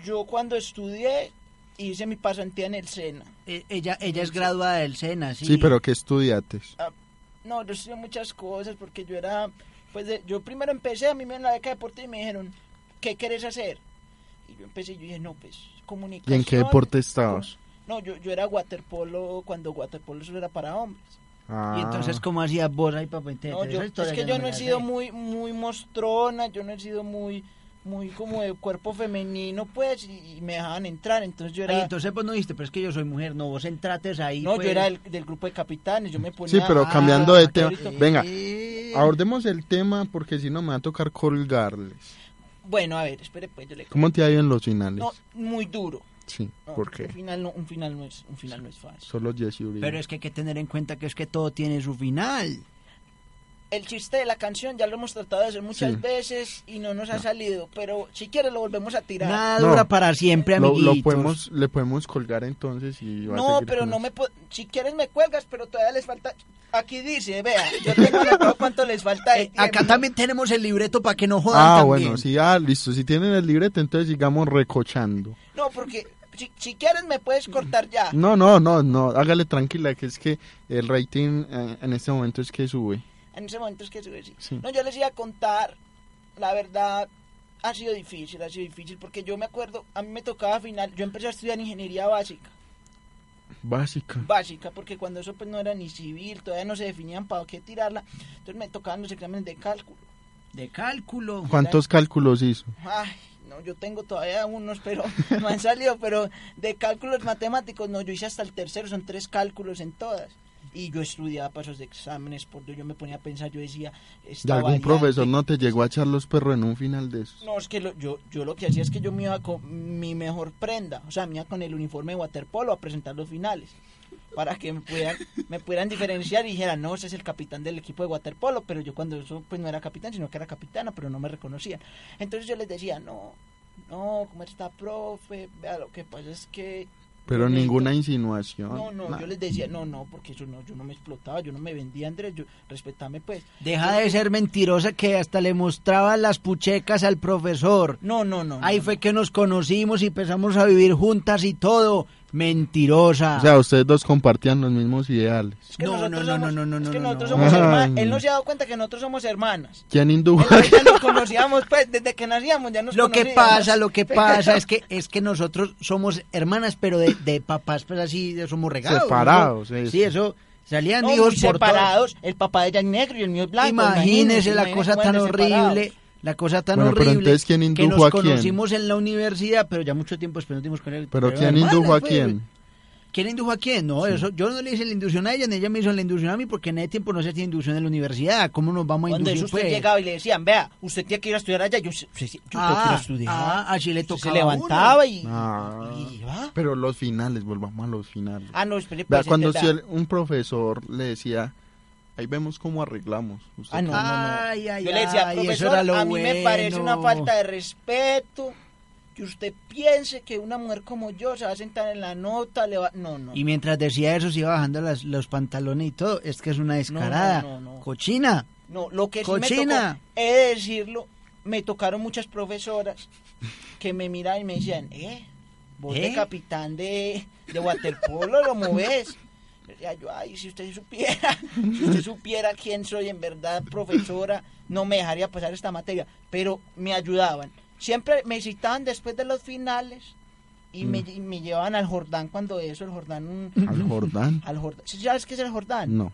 S2: yo cuando estudié hice mi pasantía en el SENA.
S3: Eh, Ella, ella es graduada del SENA, sí.
S6: Sí, pero que estudiates.
S2: No, yo estudié muchas cosas porque yo era, pues de- yo primero empecé, a mí me dieron la beca de deporte y me dijeron, ¿qué querés hacer? Y yo empecé y yo dije, no, pues
S6: ¿Y
S2: comunicación.
S6: en qué deporte estabas?
S2: No, yo, yo era waterpolo cuando waterpolo solo era para hombres.
S6: Ah,
S3: Y entonces, ¿cómo hacías vos ahí para meter?
S2: No,
S3: Esa
S2: yo-
S3: historia
S2: es que
S3: ya
S2: yo
S3: me
S2: no he
S3: la
S2: sido
S3: sé.
S2: muy muy mostrona, yo no he sido muy muy como de cuerpo femenino, pues, y, y me dejaban entrar, entonces yo
S3: Ay,
S2: era...
S3: entonces vos no dijiste, pero es que yo soy mujer, no, vos entrates ahí.
S2: no,
S3: pues.
S2: yo era del, del grupo de capitanes, yo me ponía...
S6: Sí, pero
S2: ah,
S6: cambiando de tema.
S2: ahorita-
S6: Venga,
S3: Eh,
S6: abordemos el tema porque si no me va a tocar colgarles.
S2: Bueno, a ver, espere, pues yo le...
S6: ¿Cómo te ha ido en los finales?
S2: No, muy duro.
S6: Sí,
S2: No,
S6: ¿por
S2: Un
S6: qué?
S2: final no, un final no es, un final no es fácil.
S6: Solo Jesse Uribe.
S3: Pero es que hay que tener en cuenta que es que todo tiene su final.
S2: El chiste de la canción ya lo hemos tratado de hacer muchas
S6: Sí.
S2: veces y no nos ha salido, pero si quieres lo volvemos a tirar.
S3: Nada
S6: No.
S3: dura para siempre,
S6: lo,
S3: amiguitos.
S6: lo podemos, le podemos colgar entonces y va a
S2: No,
S6: seguir
S2: pero
S6: con
S2: no
S6: eso.
S2: me po- si quieren me cuelgas, pero todavía les falta Aquí dice, vea, yo tengo la prueba cuánto les falta de
S3: Eh, acá
S2: tiempo.
S3: también tenemos el libreto para que no jodan
S6: Ah,
S3: también.
S6: bueno, sí, ah, listo. Si tienen el libreto, entonces sigamos recochando.
S2: No, porque si, si quieres me puedes cortar ya.
S6: No, no, no, no, hágale tranquila, que es que el rating eh, en este momento es que sube.
S2: En ese momento es que se ve así.
S6: Sí.
S2: No, yo les iba a contar, la verdad, ha sido difícil, ha sido difícil, porque yo me acuerdo, a mí me tocaba final, yo empecé a estudiar ingeniería básica,
S6: Básica.
S2: básica, porque cuando eso pues no era ni civil, todavía no se definían para qué tirarla, entonces me tocaban los exámenes de cálculo.
S3: De cálculo.
S6: ¿Cuántos cálculos hizo?
S2: Ay, no, yo tengo todavía unos, pero *laughs* no han salido, pero de cálculos matemáticos, no, yo hice hasta el tercero, son tres cálculos en todas. Y yo estudiaba para esos exámenes, por Dios, yo me ponía a pensar, yo decía...
S6: ¿Y
S2: esta
S6: algún
S2: variante-
S6: profesor no te llegó a echar los perros en un final de esos?
S2: No, es que lo- yo, yo lo que hacía es que yo me iba con mi mejor prenda, o sea, me iba con el uniforme de waterpolo a presentar los finales, para que me pudieran, me pudieran diferenciar y dijeran, no, ese es el capitán del equipo de waterpolo, pero yo cuando eso, pues no era capitán, sino que era capitana, pero no me reconocían. Entonces yo les decía, no, no, ¿cómo está, profe? Vea, lo que pasa es que...
S6: Pero
S2: Bonito.
S6: ninguna insinuación.
S2: No, no,
S6: Nah.
S2: yo les decía, no, no, porque eso no, yo no me explotaba, yo no me vendía, Andrés, yo, respetame pues.
S3: Deja de ser mentirosa que hasta le mostraba las puchecas al profesor.
S2: No, no, no.
S3: Ahí
S2: no,
S3: fue que nos conocimos y empezamos a vivir juntas y todo. Mentirosa.
S6: O sea, ustedes dos compartían los mismos ideales.
S2: Es que
S3: No,
S2: nosotros
S3: no, no,
S2: somos-
S3: no, no,
S2: es
S3: no,
S2: que
S3: no,
S2: nosotros
S3: no.
S2: somos
S6: Ay.
S2: hermanas. Él no se ha dado cuenta que nosotros somos hermanas.
S6: ¿Quién indujo?
S2: Entonces *laughs* ya nos conocíamos, pues, desde que nacíamos ya nos
S3: lo que
S2: conocíamos.
S3: pasa,
S2: *laughs*
S3: lo
S6: *laughs*
S3: que pasa es que es que nosotros somos hermanas, pero de, de papás, pues así de- somos regados.
S6: Separados,
S3: ¿no?
S6: eso.
S3: Sí, eso. Salían
S2: No, muy
S3: hijos por todos.
S2: separados, el papá de ella es negro y el mío es blanco.
S3: Imagínese la
S2: imagínese
S3: cosa
S2: cómo eran
S3: tan
S2: de separados.
S3: horrible. La cosa tan
S6: Bueno, pero
S3: horrible
S6: entonces, ¿quién
S3: que
S6: indujo
S3: nos
S6: a quién?
S3: conocimos en la universidad, pero ya mucho tiempo después nos dimos con él.
S6: ¿Pero quién
S3: hermanas,
S6: indujo a
S3: pues.
S6: quién?
S3: ¿Quién indujo a quién? No, eso, yo no le hice la inducción a ella, ni ella me hizo la inducción a mí, porque en ese tiempo no se hacía inducción en la universidad. ¿Cómo nos vamos a
S2: Cuando eso
S3: inducir?
S2: usted
S3: pues?
S2: llegaba y le decían, vea, usted tiene que ir a estudiar allá, yo, yo, yo tengo que ir a
S3: ah,
S2: estudiar.
S3: ah, así le
S2: Usted
S3: tocaba.
S2: se levantaba
S3: a uno.
S2: y,
S6: Ah.
S2: y iba.
S6: Pero los finales, volvamos a los finales.
S2: Ah, no, espere,
S6: Vea,
S2: pues,
S6: cuando
S2: espera.
S6: si el- un profesor le decía, ahí vemos cómo arreglamos. Usted
S2: Ah, no, no, no.
S3: Ay, ay,
S2: Yo le decía,
S3: ay, eso
S2: profesor,
S3: era lo
S2: a mí me parece
S3: bueno".
S2: una falta de respeto que usted piense que una mujer como yo se va a sentar en la nota, le va... No, no.
S3: Y mientras decía eso, se iba bajando las- los pantalones y todo. Es que es una descarada.
S2: no, no, no.
S3: Cochina.
S2: No, lo que sí
S3: Cochina.
S2: me tocó, he de decirlo, me tocaron muchas profesoras que me miraban y me decían, eh, vos de
S3: ¿Eh?
S2: capitán de, de waterpolo lo moves. Decía yo, ay, si usted supiera, *laughs* si usted supiera quién soy en verdad, profesora, no me dejaría pasar esta materia, pero me ayudaban. Siempre me citaban después de los finales y me, y me llevaban al Jordán cuando eso, el Jordán, un-
S6: Mm. Al
S2: *laughs*
S6: Jordán.
S2: al Jordán. ¿Sabes qué es el Jordán?
S6: No,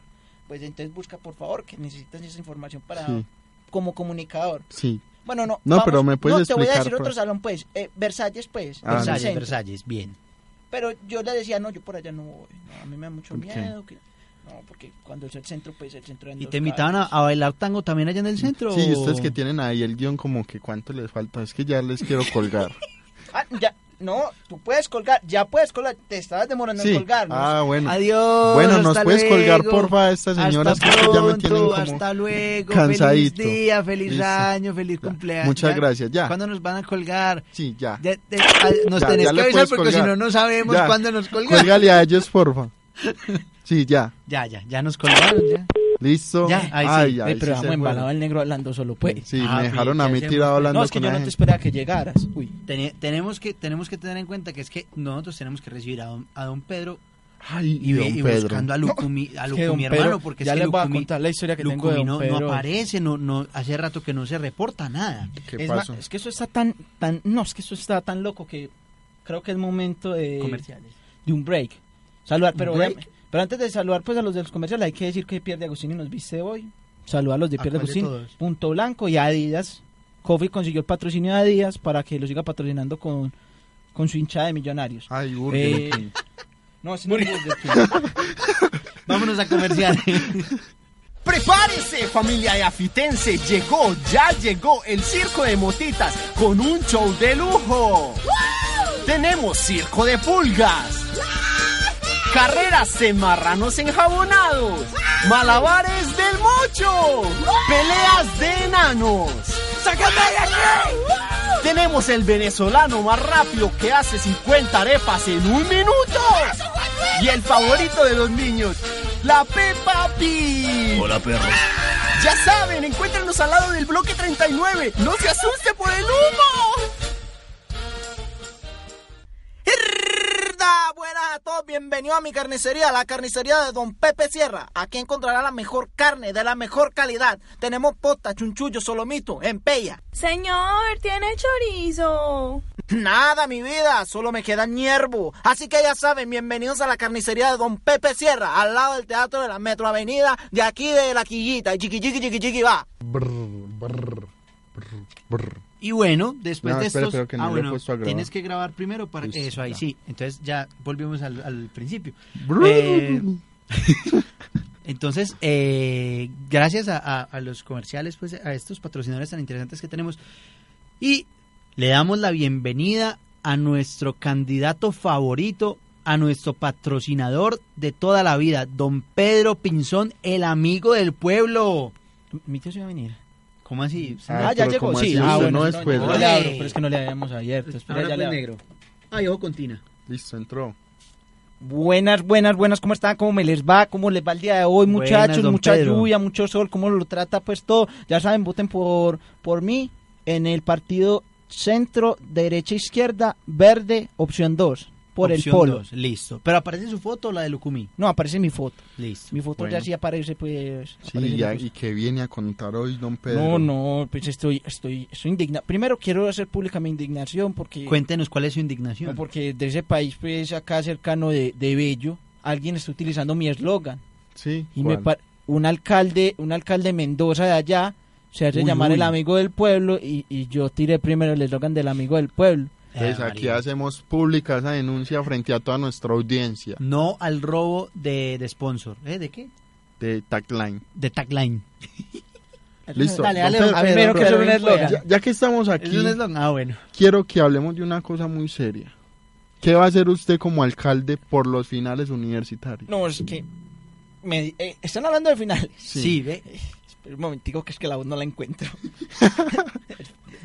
S2: Pues entonces busca, por favor, que necesitas esa información para
S6: Sí.
S2: como comunicador.
S6: sí.
S2: Bueno, no.
S6: No, pero me puedes
S2: no, te voy a
S6: explicar,
S2: decir otro
S6: pues.
S2: salón, pues. eh, Versalles, pues.
S6: Ah,
S2: el
S3: Versalles,
S2: centro.
S3: Versalles, bien.
S2: Pero yo le decía, no, yo por allá no voy. no, a mí me da mucho
S6: ¿Por qué?
S2: miedo. Que, no, porque cuando es el centro, pues el centro... en
S3: Y
S2: dos
S3: te invitaban a,
S2: calles.
S3: a bailar tango también allá en el centro.
S6: Sí, ustedes que tienen ahí el guión como que cuánto les falta. Es que ya les quiero
S2: *laughs*
S6: colgar.
S2: Ah, ya, no, tú puedes colgar, ya puedes colgar. Te estabas demorando
S6: sí.
S2: en colgarnos.
S6: Ah, bueno.
S3: Adiós.
S6: Bueno, ¿nos
S3: hasta
S6: puedes colgar,
S3: luego.
S6: porfa, a estas señoras
S3: Hasta
S6: que ya me
S3: pronto,
S6: tienen como
S3: Hasta luego.
S6: cansadito?
S3: Feliz día, feliz
S6: Listo.
S3: año, feliz
S6: Ya.
S3: cumpleaños.
S6: Muchas
S3: Ya.
S6: gracias, ya.
S3: ¿Cuándo nos van a colgar?
S6: Sí, ya.
S3: Ya, te- a- nos
S6: Ya,
S3: tenés
S6: ya
S3: que
S6: le
S3: avisar
S6: puedes
S3: porque si
S6: colgar.
S3: no, no sabemos
S6: Ya.
S3: cuándo nos
S2: *laughs*
S3: colgan.
S6: Cuélgale a ellos, porfa. Sí, ya.
S3: Ya, ya, ya nos colgaron. Ya.
S6: ¿Listo?
S2: Ya, ahí sí.
S6: Ay,
S2: Ey,
S6: ay,
S2: pero
S6: sí se
S2: vamos embalado
S6: fue.
S2: el negro hablando solo, pues.
S6: Sí,
S3: Ah,
S6: me dejaron a
S3: sí,
S6: mí
S3: ya
S6: tirado
S3: se
S6: hablando
S2: No, es que
S6: con
S2: yo
S6: la
S2: no te
S6: gente.
S2: esperaba que llegaras. Uy.
S3: Tene- tenemos, que, tenemos que tener en cuenta que es que nosotros tenemos que recibir a don, a don Pedro
S6: Ay,
S3: y,
S6: don
S3: y
S6: Pedro.
S3: buscando a Lucumi, a
S2: Es
S3: Lucumi,
S2: que don
S3: hermano,
S2: Pedro-
S3: porque
S2: ya
S3: es que
S2: les voy a
S3: Lucumi-
S2: contar la historia que tengo de
S3: Lucumi
S2: don
S3: no, no
S2: Pedro.
S3: aparece, no, no, hace rato que no se reporta nada.
S6: ¿Qué
S7: es, ma-
S6: pasó?
S7: es que eso está tan, tan, no, es que eso está tan loco que creo que es momento de,
S3: Comerciales.
S7: de un break. Saludar, pero,
S3: break?
S7: obvia- pero antes de saludar pues a los de los comerciales hay que decir que Pierre de Agostini nos viste hoy. Saludar a los de
S3: ¿A
S7: Pierre de
S3: Ah, cuál de
S7: Agostini,
S3: todos?
S7: Punto Blanco y Adidas. Coffee consiguió el patrocinio de Adidas para que lo siga patrocinando con, con su hinchada de millonarios.
S6: Ay, Ah, Burger
S7: Eh,
S6: King.
S7: No, ese no es Burger King.
S3: Vámonos a comerciales.
S5: Prepárese familia de afitense, llegó, ya llegó el Circo de Motitas con un show de lujo. Tenemos Circo de Pulgas, carreras de marranos enjabonados, malabares del mocho, peleas de enanos. ¡Sácame de aquí! Tenemos el venezolano más rápido que hace 50 arepas en un minuto. Y el favorito de los niños, la Peppa Pig.
S8: Hola, perro.
S5: Ya saben, encuéntrenos al lado del bloque 39. No se asuste por el humo.
S7: ¡Mierda! Buenas a todos, bienvenidos a mi carnicería, la carnicería de Don Pepe Sierra. Aquí encontrará la mejor carne de la mejor calidad. Tenemos posta, chunchullo, solomito, empeya.
S9: Señor, tiene chorizo.
S7: Nada, mi vida, solo me queda hierbo. Así que ya saben, bienvenidos a la carnicería de Don Pepe Sierra, al lado del Teatro de la Metro Avenida, de aquí de La Quillita. Y chiqui, chiqui, chiqui, chiqui, va.
S6: Brr, brr, brr, brr.
S3: y bueno, después
S6: No,
S3: de
S6: espera,
S3: estos...
S6: espera, que no
S3: ah,
S6: lo he
S3: bueno,
S6: puesto a grabar.
S3: tienes que grabar primero para
S6: Listo,
S3: que... Eso ahí,
S6: ya.
S3: sí. Entonces ya volvimos al, al principio.
S6: Brr.
S3: Eh, *laughs* Entonces, eh, gracias a, a- a los comerciales, pues a estos patrocinadores tan interesantes que tenemos. Y le damos la bienvenida a nuestro candidato favorito, a nuestro patrocinador de toda la vida, don Pedro Pinzón, el amigo del pueblo.
S2: Mi tío se iba a venir.
S3: ¿Cómo así?
S6: Ah,
S2: Ah, ya
S6: pero
S2: llegó,
S6: ¿cómo
S2: sí.
S6: así?
S2: Ah,
S6: Usted
S2: bueno,
S6: no es Pedro.
S2: No le abro,
S3: Ole.
S2: pero es que no le habíamos abierto. Espera,
S3: pues, Ahora
S2: ya le
S3: pues
S2: abro.
S3: negro. Ay, ojo con Tina.
S6: Listo, entró.
S2: Buenas, buenas, buenas, ¿cómo están? ¿Cómo me les va? ¿Cómo les va el día de hoy,
S3: Buenas,
S2: muchachos?
S3: don
S2: mucha
S3: Pedro.
S2: lluvia, mucho sol, ¿cómo lo trata pues todo? Ya saben, voten por, por mí en el partido centro, derecha, izquierda, verde, opción 2, por
S3: Opción
S2: el polo.
S3: dos, Listo. Pero aparece su foto, la de Lucumí.
S2: No, aparece mi foto.
S3: Listo.
S2: Mi foto
S6: Bueno.
S2: ya sí aparece pues... aparece
S6: Sí, ya,
S2: mi foto.
S6: y que viene a contar hoy don Pedro.
S2: No, no, pues estoy, estoy, estoy indignado. Primero quiero hacer pública mi indignación porque...
S3: Cuéntenos cuál es su indignación.
S2: No, porque de ese país, pues acá cercano de, de Bello, alguien está utilizando mi eslogan.
S6: Sí,
S2: Y me
S6: ¿cuál?
S2: par- un alcalde, un alcalde de Mendoza de allá, se hace
S6: Uy,
S2: llamar
S6: uy.
S2: el amigo del pueblo y, y yo tiré primero el eslogan del amigo del pueblo.
S6: Entonces,
S3: Ah,
S6: pues, aquí
S3: María.
S6: hacemos pública esa denuncia frente a toda nuestra audiencia
S3: No al robo de, de sponsor. ¿Eh? ¿De qué?
S6: de Tagline.
S3: De tagline.
S6: Listo.
S3: Dale, dale,
S6: Don
S3: don
S2: a mí me
S3: Pedro,
S2: dijeron que eso era un
S3: Pedro,
S2: eslogan.
S6: Ya, ya que estamos aquí,
S3: ¿Es un eslogan? Ah, bueno.
S6: quiero que hablemos de una cosa muy seria. ¿Qué va a hacer usted como alcalde por los finales universitarios?
S2: No, es que me- eh, están hablando de finales.
S6: Sí.
S3: Sí. ve.
S2: Espera un momentico que es que la voz no la encuentro.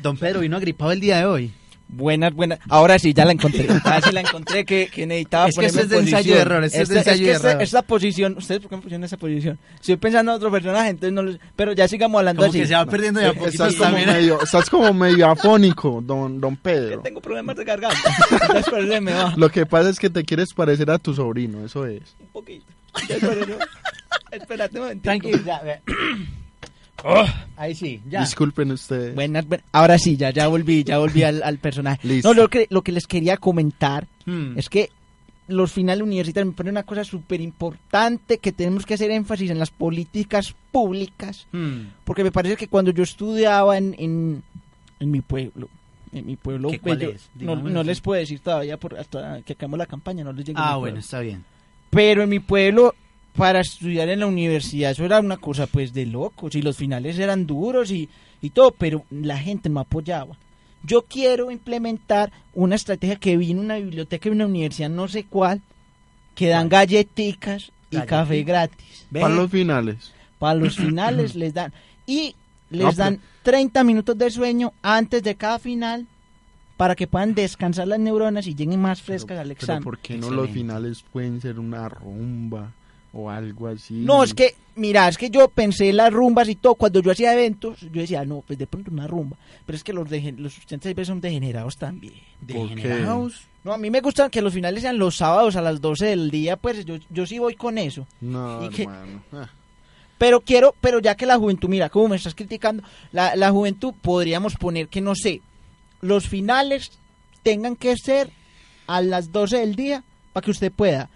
S3: Don Pedro vino agripado el día de hoy.
S2: Buenas, buenas. Ahora sí, ya la
S3: *laughs*
S2: encontré. Ahora sí la encontré que, que necesitaba
S3: Es que
S2: ponerme
S3: este es de
S2: en
S3: ensayo
S2: posición.
S3: de error, este es de ensayo
S2: que
S3: de
S2: este-
S3: error.
S2: Esta posición, ¿ustedes por qué me pusieron en esa posición? Estoy pensando en otro personaje, entonces no lo- Pero ya sigamos hablando
S3: Como
S2: así.
S3: que se va perdiendo de a poquito
S2: pues
S6: Estás como,
S3: también.
S6: medio, estás
S2: *laughs*
S6: como medio afónico, don, don
S2: Que
S6: Pedro.
S2: tengo problemas de garganta. Entonces, por eso me
S3: *laughs*
S2: va
S6: Lo que pasa es que te quieres parecer a tu sobrino, eso es.
S2: un poquito. Entonces, por eso- Espérate un momentico.
S3: ya, *coughs* ve. Oh. Ahí sí, ya.
S6: *laughs* Disculpen ustedes.
S2: Buenas, buenas. Ahora sí, ya, ya volví, ya volví al, al personaje.
S6: Listo.
S2: No, lo que, lo que les quería comentar
S3: *laughs* Hmm.
S2: es que los finales universitarios me ponen una cosa súper importante que tenemos que hacer énfasis en las políticas públicas,
S3: Hmm.
S2: porque me parece que cuando yo estudiaba en, en, en mi pueblo, en mi pueblo,
S3: ¿Qué, cuál
S2: bello,
S3: es?
S2: no,
S3: Digámoslo
S2: no
S3: así.
S2: les puedo decir todavía por, hasta que acabemos la campaña, no les digo.
S3: Ah,
S2: mi
S3: bueno,
S2: pueblo.
S3: está bien.
S2: Pero en mi pueblo, para estudiar en la universidad, eso era una cosa pues de locos. Y los finales eran duros y, y todo, pero la gente no apoyaba. Yo quiero implementar una estrategia que vi en una biblioteca de una universidad, no sé cuál, que dan galletitas y
S3: Galletica.
S2: café gratis.
S3: Ve.
S6: Para los finales.
S2: Para
S6: *clears throat*
S2: los finales les dan. Y les
S6: No, pero-
S2: dan 30 minutos de sueño antes de cada final para que puedan descansar las neuronas y lleguen más frescas al
S6: Pero-
S2: examen.
S6: Pero ¿por qué no los
S3: Excelente.
S6: finales pueden ser una rumba, o algo así.
S2: No, es que, mira, es que yo pensé en las rumbas y todo. Cuando yo hacía eventos, yo decía, no, pues de pronto una rumba. Pero es que los, degen- los ustedes son degenerados también.
S6: ¿Por qué?
S2: No, a mí me gustan que los finales sean los sábados a las 12 del día, pues yo, yo sí voy con eso.
S6: No,
S2: ¿Y qué?
S6: hermano. Ah,
S2: Pero quiero, pero ya que la juventud, mira, como me estás criticando, la, la juventud podríamos poner que, no sé, los finales tengan que ser a las 12 del día para que usted pueda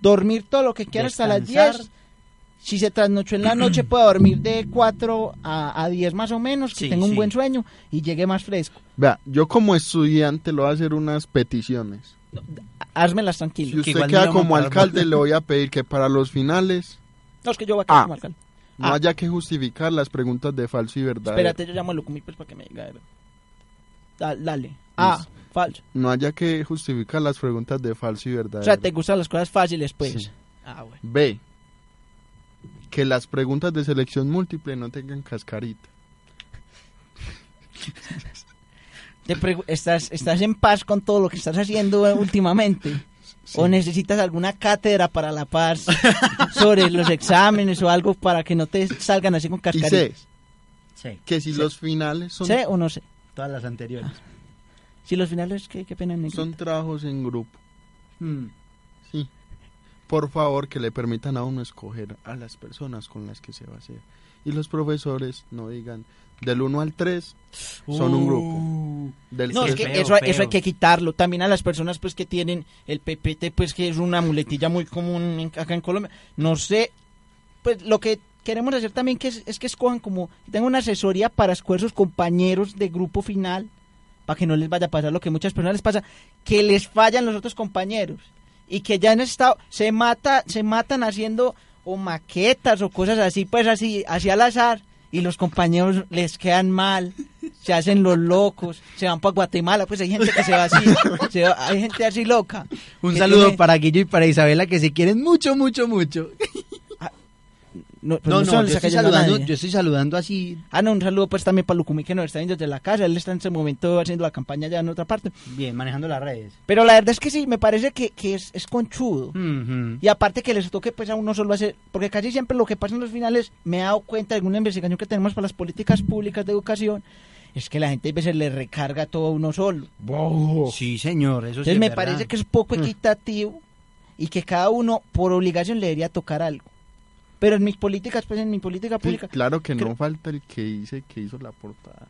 S2: dormir todo lo que quiera hasta las
S3: Descansar.
S2: 10. Si se trasnochó en la noche, pueda dormir de 4 a, a 10 más o menos, que
S3: Sí,
S2: tenga un
S3: sí.
S2: buen sueño y llegue más fresco.
S6: Vea, yo como estudiante le voy a hacer unas peticiones.
S2: Házmelas
S6: Si
S2: tranquilo.
S6: usted
S3: igual no
S6: queda
S3: la
S6: como
S3: vamos a acabar.
S6: alcalde, le voy a pedir que para los finales
S2: No, es que yo voy a quedar
S6: Ah.
S2: como alcalde.
S6: no
S2: Ah.
S6: haya que justificar las preguntas de falso y verdadero.
S2: Espérate, yo llamo a Lucumí pues, para que me diga. Da- dale. Ah, falso.
S6: No haya que justificar las preguntas de falso y verdadero.
S2: O sea, te gustan las cosas fáciles, pues.
S6: Sí.
S2: Ah, bueno.
S6: B. Que las preguntas de selección múltiple no tengan cascarita.
S2: Te pregu- ¿Estás, ¿Estás en paz con todo lo que estás haciendo eh, últimamente? ¿O necesitas alguna cátedra para la paz sobre los exámenes o algo para que no te salgan así con
S6: Y
S2: cascaritas?
S6: C. Que si los finales son,
S2: ¿Sé o no sé?
S3: Todas las anteriores.
S2: Si los finales, qué, qué pena. Mm. negrito.
S6: son trabajos en grupo. Sí. Por favor, que le permitan a uno escoger a las personas con las que se va a hacer. Y los profesores no digan del 1 al 3 son un
S3: Uh.
S6: grupo. Del
S2: No, es que
S6: tres-
S2: eso, eso hay que quitarlo. También a las personas pues que tienen el PPT, pues que es una muletilla muy común en- acá en Colombia. No sé, pues lo que queremos hacer también que es, es que escojan como, tengan una asesoría para escoger sus compañeros de grupo final, para que no les vaya a pasar lo que a muchas personas les pasa, que les fallan los otros compañeros. Y que ya han estado, se mata, se matan haciendo o maquetas o cosas así, pues así, así al azar. Y los compañeros les quedan mal se hacen los locos, se van para Guatemala, pues hay gente que se va así, se va- hay gente así loca.
S3: Un
S2: que
S3: saludo
S2: tiene-
S3: para Guillo y para Isabela que se quieren mucho, mucho, mucho.
S2: No, pero no
S3: No, no,
S2: solo
S3: yo,
S2: está
S3: estoy
S2: cayendo a
S3: saludando,
S2: nadie.
S3: yo estoy saludando así.
S2: Ah, no, un saludo pues también para Lucumí que nos está viendo desde la casa, él está en ese momento haciendo la campaña ya en otra parte.
S3: Bien, manejando las redes.
S2: Pero la verdad es que sí, me parece que, que es, es conchudo.
S3: Ujú.
S2: Y aparte que les toque pues a uno solo hacer, porque casi siempre lo que pasa en los finales, me he dado cuenta de una investigación que tenemos para las políticas públicas de educación, es que la gente a veces le recarga todo a uno solo.
S3: Sí, señor, eso sí.
S2: Entonces me parece que es poco equitativo y que cada uno por obligación le debería tocar algo. Pero en mis políticas, pues en mi política *laughs*
S6: Sí,
S2: pública,
S6: claro que no
S2: Creo-
S6: falta el que dice que hizo la portada.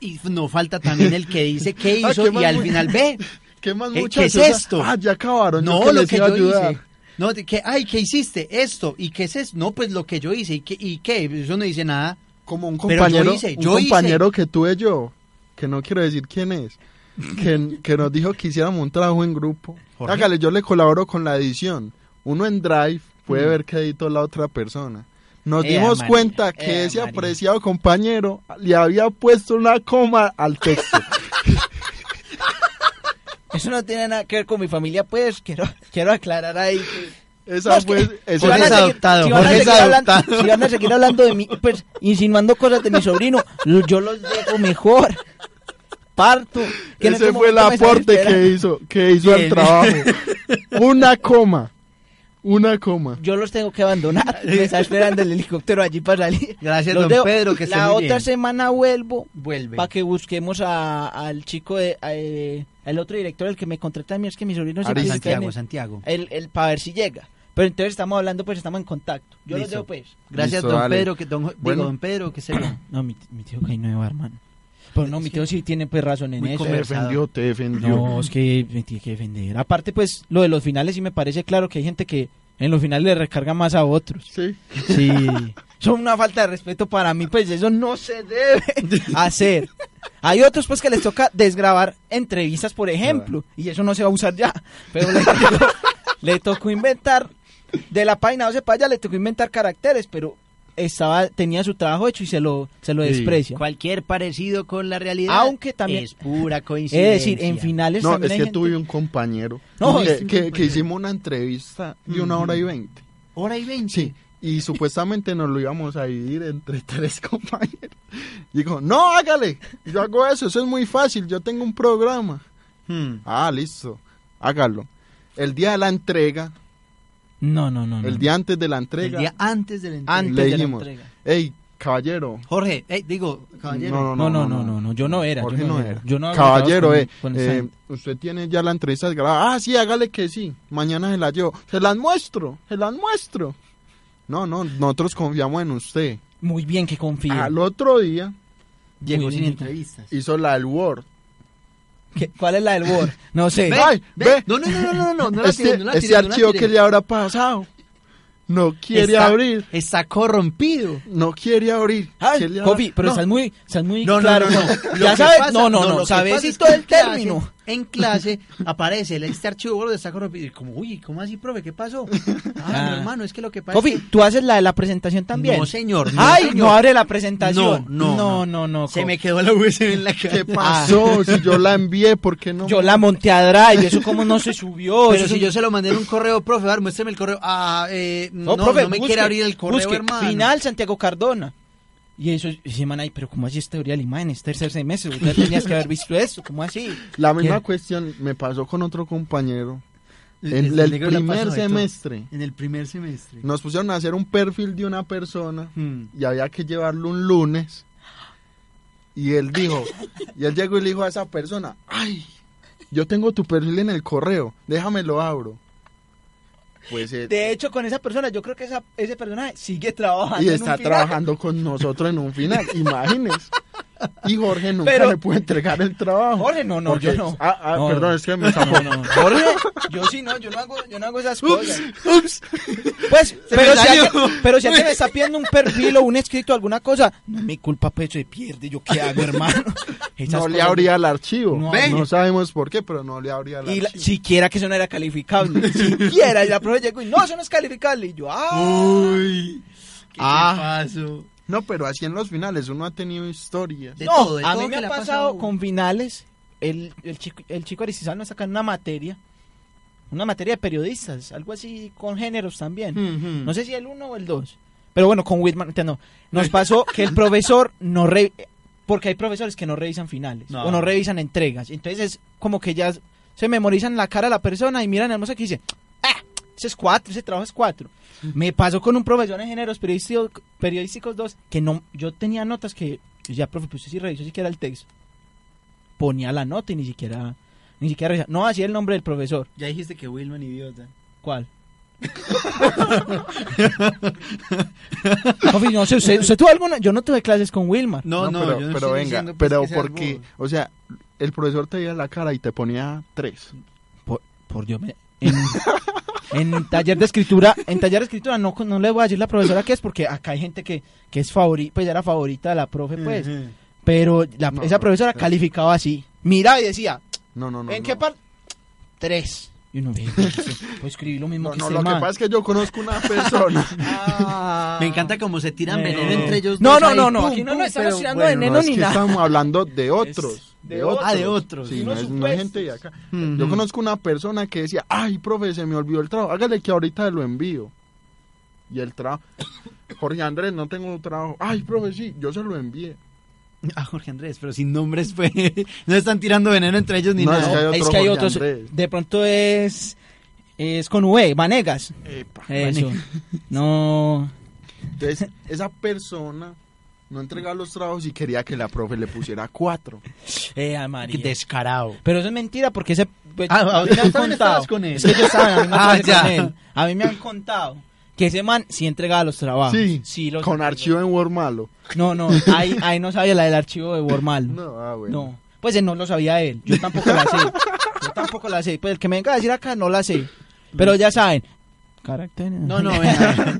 S3: Y no falta también *laughs* el que dice qué
S6: Ah,
S3: hizo
S6: qué
S3: y
S6: mal,
S3: al
S6: güey.
S3: final ve.
S6: ¿Qué más
S3: Eh,
S6: muchachos?
S3: ¿qué es
S6: O sea,
S3: esto?
S6: Ah, ya acabaron. yo
S3: No,
S6: que
S3: lo
S6: les
S3: que
S6: iba a
S3: yo
S6: ayudar.
S3: hice. No, de que, ay, ¿qué hiciste? Esto. ¿Y qué es eso? No, pues lo que yo hice. ¿Y qué? ¿Y qué? Eso no dice nada.
S6: Como un
S3: Pero yo
S6: compañero,
S3: hice,
S6: un
S3: yo hice.
S6: compañero que tuve yo, que no quiero decir quién es, que, que nos dijo que hiciéramos un trabajo en grupo.
S3: Jorge.
S6: Hágale, yo le colaboro con la edición. Uno en Drive puede ver que editó la otra persona. Nos
S3: Mm. Ea,
S6: dimos
S3: María,
S6: cuenta que
S3: ea,
S6: ese
S3: María.
S6: apreciado compañero le había puesto una coma
S3: *laughs*
S6: al texto.
S2: eso no tiene nada que ver con mi familia, pues quiero, quiero aclarar ahí. pues. que-
S6: Esa
S2: No, es
S6: fue,
S2: que
S6: esa
S2: si van
S6: fue-
S2: a
S3: es
S2: seguir-
S3: adoptado,
S2: si van a
S3: Jorge es
S2: seguir hablando-
S3: adoptado.
S2: Si van a seguir hablando de mí, pues insinuando cosas de mi sobrino, lo- yo los dejo mejor. Parto. que en
S6: ese
S2: este
S6: fue el
S2: momento me están
S6: aporte
S2: esperando.
S6: que hizo, que hizo al
S3: Bien. *laughs*
S6: trabajo. Una coma. Una coma.
S2: yo los tengo que abandonar.
S6: *laughs*
S2: Me está esperando el helicóptero allí para salir.
S3: Gracias,
S2: Los
S3: don
S2: dejo.
S3: Pedro, que esté
S2: La
S3: muy
S2: otra
S3: bien.
S2: semana vuelvo
S3: Vuelve.
S2: para que busquemos a- al chico, de, a, eh, al otro director, el que me contrata a mí, es que mi sobrino se
S6: Ari
S2: quiere
S3: Santiago,
S2: tener-
S3: Santiago.
S2: el, el Para ver si llega. Pero entonces estamos hablando, pues estamos en contacto. Yo los
S3: Listo.
S2: dejo, pues.
S3: Gracias,
S6: Listo,
S3: don
S6: dale.
S3: Pedro, que don, digo,
S6: Bueno.
S3: don Pedro, que se bien.
S2: No, mi, mi tío que no va, hermano. Pero no, mi tío sí tiene pues razón en
S3: Muy
S2: eso.
S6: Te defendió, te defendió.
S2: No, es que me tiene que defender. Aparte, pues, lo de los finales sí me parece claro que hay gente que en los finales le recarga más a otros.
S6: Sí.
S2: Sí. *laughs* Son una falta de respeto para mí, pues eso no se debe *laughs* hacer. Hay otros pues que les toca desgrabar entrevistas, por ejemplo, y eso no se va a usar ya. Pero le tocó, *laughs* le tocó inventar de la página 12 para allá le tocó inventar caracteres, pero estaba tenía su trabajo hecho y se lo se lo
S6: Sí.
S2: desprecia.
S3: Cualquier parecido con la realidad
S2: Aunque también-
S3: es pura
S2: Es
S3: coincidencia.
S2: decir, en finales
S6: No,
S2: también
S6: es
S2: hay
S6: que
S2: gente-
S6: tuve un compañero
S2: No,
S6: que,
S2: es
S6: que- que hicimos una entrevista de una hora y veinte.
S3: Hora y veinte.
S6: Sí. Y supuestamente nos lo íbamos a dividir entre *laughs* tres compañeros. Dijo, no, hágale, yo hago eso, eso es muy fácil, yo tengo un programa.
S3: Hmm.
S6: Ah, listo, hágalo. El día de la entrega,
S2: No, no, no. no.
S6: El día antes de la
S3: El
S6: entrega.
S3: día antes del
S2: Antes
S6: le
S2: de la
S6: dijimos,
S2: entrega.
S6: hey, caballero.
S3: Jorge, hey, digo, caballero.
S6: No,
S2: No, no, no, no, no, yo no era.
S6: Jorge
S2: yo no,
S6: no
S2: era.
S6: era.
S2: Yo no hablaba
S6: Caballero,
S2: con-
S6: eh,
S2: con
S6: eh,
S2: Santi.
S6: usted tiene ya la entrevista grabada. Ah, sí, hágale que sí. Mañana se la llevo. Se las muestro, se las muestro. No, no, nosotros confiamos en usted.
S2: Muy bien que
S3: Ah,
S2: confía.
S6: Al otro día
S3: Llegó
S2: Muy
S3: sin
S2: bien.
S3: entrevistas.
S6: hizo la del Word.
S2: ¿Cuál es la del
S3: *laughs*
S2: Word? No sé.
S6: Ve, Ay, ve.
S3: No, no, no, no, no, no, no la
S6: este
S3: tiren, no la
S6: este
S3: tiren, no la
S6: archivo que
S3: tiren.
S6: le habrá pasado. No quiere
S3: Está-
S6: abrir.
S3: Está corrompido.
S6: No quiere abrir.
S2: Ay,
S6: ¿Qué le habrá-
S2: Copi, pero
S6: No,
S2: estás muy, estás muy
S3: No, no,
S2: claro.
S3: no, no. Lo
S2: Ya
S3: que
S2: sabes,
S3: pasa-
S2: no, no, no,
S3: lo que
S2: sabes
S3: pasa es
S2: y todo
S3: que
S2: el
S3: en clase-
S2: término.
S3: En *laughs* clase aparece el- este archivo gordo está corrompido. Y como, uy, ¿cómo así, profe? ¿Qué *laughs* pasó? Ah,
S2: Ah.
S3: no, hermano, es que lo que pasa
S2: Copi,
S3: es
S2: tú haces la de la presentación
S3: que...
S2: también.
S3: No, señor. No,
S2: Ay,
S3: señor.
S2: no abre la presentación.
S3: No,
S2: no,
S3: no,
S2: no, no,
S3: Se
S2: Copi.
S3: me quedó la USB en la cara.
S6: ¿Qué pasó? Si yo la envié, ¿por qué no?
S2: Ah. Yo la monté a Drive, eso como no se subió.
S3: Ah, Pero
S2: eso
S3: si
S2: es
S3: yo
S2: un-
S3: se lo mandé en un correo, profe, a ver, muéstrame el correo. Ah, eh, no, no,
S2: profe,
S3: me
S2: busque,
S3: quiere abrir el correo,
S2: busque,
S3: hermano.
S2: Final Santiago Cardona. Y eso, y ese man ahí, pero ¿cómo así es teoría de la imagen? Es tercer semestre, usted tenías que haber visto eso, ¿cómo así?
S6: La misma
S2: ¿Quién?
S6: cuestión me pasó con otro compañero.
S3: El-
S6: En
S3: el
S6: el,
S3: negro la pasó
S6: primer
S3: de todo.
S6: semestre
S3: En el primer semestre.
S6: nos pusieron a hacer un perfil de una persona
S3: Hmm.
S2: Mm.
S6: y había que llevarlo un lunes. Y él
S2: *laughs*
S6: dijo, y él llegó y le dijo a esa persona, ay, yo tengo tu perfil en el correo, déjamelo abro. Pues eh,
S2: De hecho, con esa persona, yo creo que esa, ese personaje sigue trabajando.
S6: y
S2: en
S6: está
S2: un final.
S6: trabajando con nosotros en un
S2: *laughs*
S6: final, imagínense. Y Jorge nunca
S2: Pero-
S6: le puede entregar el trabajo.
S2: Jorge, no, no,
S6: Porque-
S2: yo no.
S6: Ah, ah,
S2: No,
S6: perdón,
S2: no.
S6: es que me escapó.
S2: No, no. Jorge, yo sí no, yo no hago, yo no hago esas cosas.
S6: *laughs*
S3: Ups.
S2: Pues, pero
S3: me
S2: si,
S3: salió.
S2: alguien, pero si alguien me está pidiendo un perfil o un escrito, alguna cosa, no es mi culpa, pues se pierde, yo qué hago, hermano. Esas
S6: *laughs* no le
S2: cosas-
S6: abría el archivo.
S2: No
S6: No,
S2: Ve.
S6: sabemos por qué, pero no le abría el
S2: Y la-
S6: archivo.
S2: siquiera que eso no era calificable, *laughs* siquiera, y la profe llegó y no, eso no es calificable, y yo, ah.
S3: Uy. ¿Qué
S6: Ah.
S3: pasó?
S6: No, pero así en los finales uno ha tenido historias.
S3: De
S2: no,
S3: todo, de
S2: a
S3: todo
S2: mí me
S3: que
S2: ha
S3: le ha
S2: pasado,
S3: pasado.
S2: con finales, el, el chico, el chico Aristizal nos saca una materia, una materia de periodistas, algo así con géneros también.
S3: Ujú.
S2: No sé si el 1 o el 2. Pero bueno, con Whitman, ahorita no. Nos pasó que el profesor no re... Porque hay profesores que no revisan finales
S3: No.
S2: o no revisan entregas. Entonces es como que ya se memorizan la cara de la persona y miran al mozo que dice, ah, ese es 4, ese trabajo es 4. Me pasó con un profesor en géneros periodístico- periodísticos 2 que no, yo tenía notas que, yo ya, profe, pues usted sí revisó siquiera el texto. Ponía la nota y ni siquiera, ni siquiera revisaba. No hacía el nombre del profesor.
S3: Ya dijiste que Wilman idiota.
S2: *laughs* ¿Cuál? Jofi, no sé, ¿usted, usted tuvo alguna? Yo no tuve clases con Wilmar.
S3: No, no,
S6: pero,
S3: yo no
S6: pero
S3: estoy
S6: venga,
S3: diciendo, pues,
S6: pero
S3: que seas
S6: porque,
S3: bobo.
S6: o sea, el profesor te veía la cara y te ponía tres.
S2: Por, por Dios, me- en, en taller de escritura, en taller de escritura no, no le voy a decir la profesora que es, porque acá hay gente que, que es favorita, pues era favorita de la profe, pues.
S3: Ujú.
S2: Pero la-
S6: No,
S2: esa
S6: no,
S2: profesora
S6: no.
S2: calificaba así. Mira y decía,
S6: No, no, no.
S2: ¿en
S6: no.
S2: qué parte? Tres. Y uno, ve, pues escribí lo mismo
S6: No,
S2: que
S6: no,
S2: este
S6: lo que
S2: man.
S6: pasa es que yo conozco una
S3: *laughs*
S6: *laughs* persona.
S3: Me encanta cómo se tiran
S2: Ah. Eh.
S3: veneno entre ellos.
S2: No,
S3: dos
S2: no,
S3: ahí,
S2: no, no,
S3: pum,
S2: aquí no
S3: pum,
S2: nos estamos
S3: pero
S2: tirando
S3: bueno.
S2: veneno.
S6: no es
S2: ni
S6: que
S2: nada.
S6: estamos hablando de otros.
S2: de
S6: de
S2: otros.
S6: otros.
S3: Ah, de otros.
S6: Sí,
S2: Y
S6: no
S2: unos
S6: es, no es
S2: supuestos.
S6: gente de acá.
S3: Ujú.
S6: Yo conozco una persona que decía, ay, profe, se me olvidó el trabajo, hágale que ahorita lo envío. Y el trabajo, Jorge Andrés, no tengo trabajo. Ay, profe, sí, yo se lo envié.
S3: A Jorge Andrés, pero sin nombres, pues. *laughs* No están tirando veneno entre ellos ni
S6: No,
S3: nada.
S6: es que hay
S2: Ah. es
S6: otro
S2: que hay
S6: Jorge
S2: otros.
S6: Andrés.
S2: De pronto es. Es con V, Vanegas. Eso. No.
S6: Entonces, esa persona no entregaba los trabajos y quería que la profe le pusiera cuatro.
S2: Eh, a
S3: Qué
S2: María.
S3: Descarado.
S2: Pero eso es mentira porque ese. pues,
S3: Ah,
S2: a mí
S3: tú
S2: me han
S3: también
S2: contado.
S3: estabas con él.
S2: Es que yo estaba en
S3: *laughs*
S2: la misma
S3: Ah,
S2: clase con
S3: ya.
S2: él. A mí me han contado que ese man sí entregaba los trabajos.
S6: Sí,
S2: los
S6: con
S2: entregaba.
S6: archivo en Word malo.
S2: No, no, ahí, ahí no sabía la del archivo de Wormal.
S6: No, ah, bueno.
S2: No, pues él no lo sabía él. Yo tampoco
S3: *laughs*
S2: la sé. Yo tampoco la sé. Pues el que me venga a decir acá no la sé.
S3: Pues
S2: Pero ya saben. Carácter.
S3: No,
S2: *laughs*
S3: *laughs* no, venga.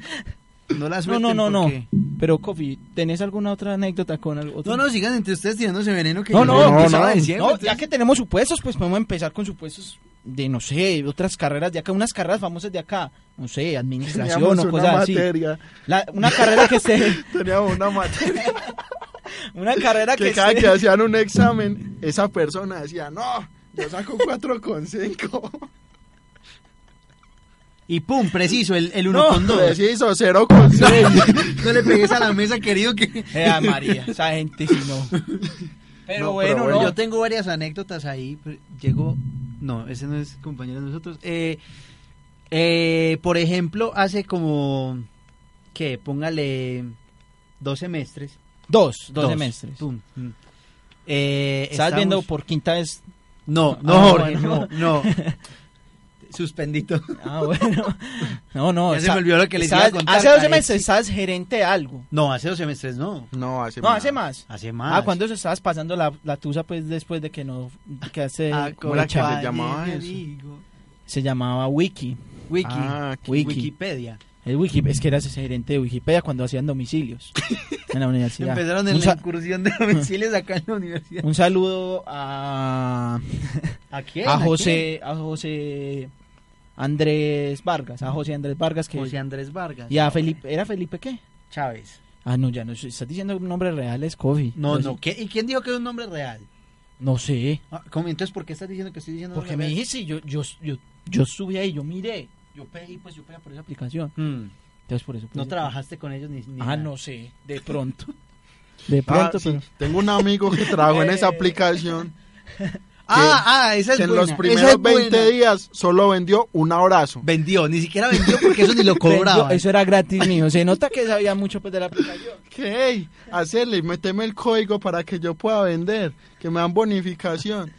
S3: No las
S2: No, no,
S3: suelten
S2: no, no.
S3: porque-
S2: Pero, Kofi, ¿tenés alguna otra anécdota con algo?
S3: No, no, sigan entre ustedes tirándose veneno que
S2: No, no,
S3: yo empezaba
S6: no,
S3: a decir,
S2: No,
S3: entonces-
S2: ya que tenemos supuestos, pues podemos empezar con supuestos de, no sé, otras carreras de acá, unas carreras famosas de acá. No sé, administración
S6: Teníamos
S2: o
S6: una
S2: cosas así.
S6: materia,
S2: La- una carrera que
S6: *laughs*
S2: se...
S6: teníamos
S2: *laughs*
S6: una materia
S2: Una carrera que,
S6: que cada
S2: se- *laughs*
S6: que hacían un examen, esa persona decía, no, yo saco cuatro con cinco.
S3: Y pum, preciso, el, el
S6: *laughs*
S3: uno
S2: No,
S3: con dos.
S6: Preciso, cero con seis.
S3: No le pegues a la mesa, querido, que...
S2: Eh, ay, María, esa gente si no. Pero
S6: No,
S2: bueno,
S6: pero bueno.
S2: no.
S3: Yo tengo varias anécdotas ahí. pero Llegó. No, ese no es compañero de nosotros. Eh, Eh, por ejemplo, hace como, que póngale dos semestres.
S2: Dos, dos, semestres.
S3: pum, mm. Eh,
S2: Estás
S3: estábamos-
S2: viendo por quinta vez.
S3: No, no,
S2: Ah,
S3: Jorge,
S2: bueno. *laughs*
S3: no, no. Suspendito.
S2: Ah,
S3: *laughs*
S2: bueno. No, no.
S3: Ya se
S2: está-
S3: me olvidó lo que les iba a
S2: estabas-
S3: contar.
S2: Hace dos
S3: Tarek.
S2: meses estabas gerente de algo.
S3: No, hace dos semestres no.
S6: No, hace
S2: No, hace más.
S3: Hace más.
S2: Ah, cuando se estabas pasando la, la tusa, pues después de que no quedaste
S3: Ah,
S2: con
S3: con
S2: la
S3: la
S2: chava?
S6: se llamaba eso?
S2: Se llamaba Wiki.
S3: Wiki.
S6: Ah, que-
S2: Wiki.
S3: Wikipedia.
S2: El Wiki, es que eras ese gerente de Wikipedia cuando hacían domicilios
S3: *laughs*
S2: en la universidad.
S3: Empezaron
S2: un,
S3: en la
S2: sa-
S3: incursión *laughs* de domicilios acá en la universidad.
S2: un saludo a,
S3: *laughs* ¿A quién?
S2: a Ah, José, a José Andrés Vargas, a José Andrés Vargas que
S3: José Andrés Vargas.
S2: y a Felipe, ¿era Felipe qué?
S3: Chávez.
S2: Ah, no, ya no sé, estás diciendo nombres reales, Kofi.
S3: No,
S2: Yo
S3: no.
S2: sí-
S3: ¿qué? ¿Y quién dijo que es un nombre real?
S2: No sé.
S3: Ah, ¿cómo? Entonces, ¿por qué estás diciendo que estoy diciendo
S2: Porque me
S3: nombre real?
S2: dijiste, yo, yo, yo, yo subí ahí, yo miré, yo pedí, pues yo pedí por esa aplicación.
S3: Mm,
S2: Entonces por eso.
S3: no
S2: puse-
S3: trabajaste con ellos ni, ni
S2: Ah,
S3: nada.
S2: no sé, de pronto.
S3: *laughs*
S2: De
S6: Ah,
S2: pronto,
S6: sí.
S2: pero-
S6: Tengo un amigo que trabajó
S2: *laughs*
S6: en esa
S2: Eh,
S6: aplicación
S3: Ah, ah, esa es
S6: que en
S3: buena,
S6: los
S3: esa
S6: primeros
S3: es
S6: 20
S3: buena.
S6: días solo vendió un abrazo.
S3: Vendió, ni siquiera vendió porque eso ni lo cobraba.
S2: *laughs* Vendió- Eso era gratis, mijo. Se nota que sabía mucho pues, de la aplicación.
S6: Que, hey, hacerle, meteme el código para que yo pueda vender, que me dan bonificación.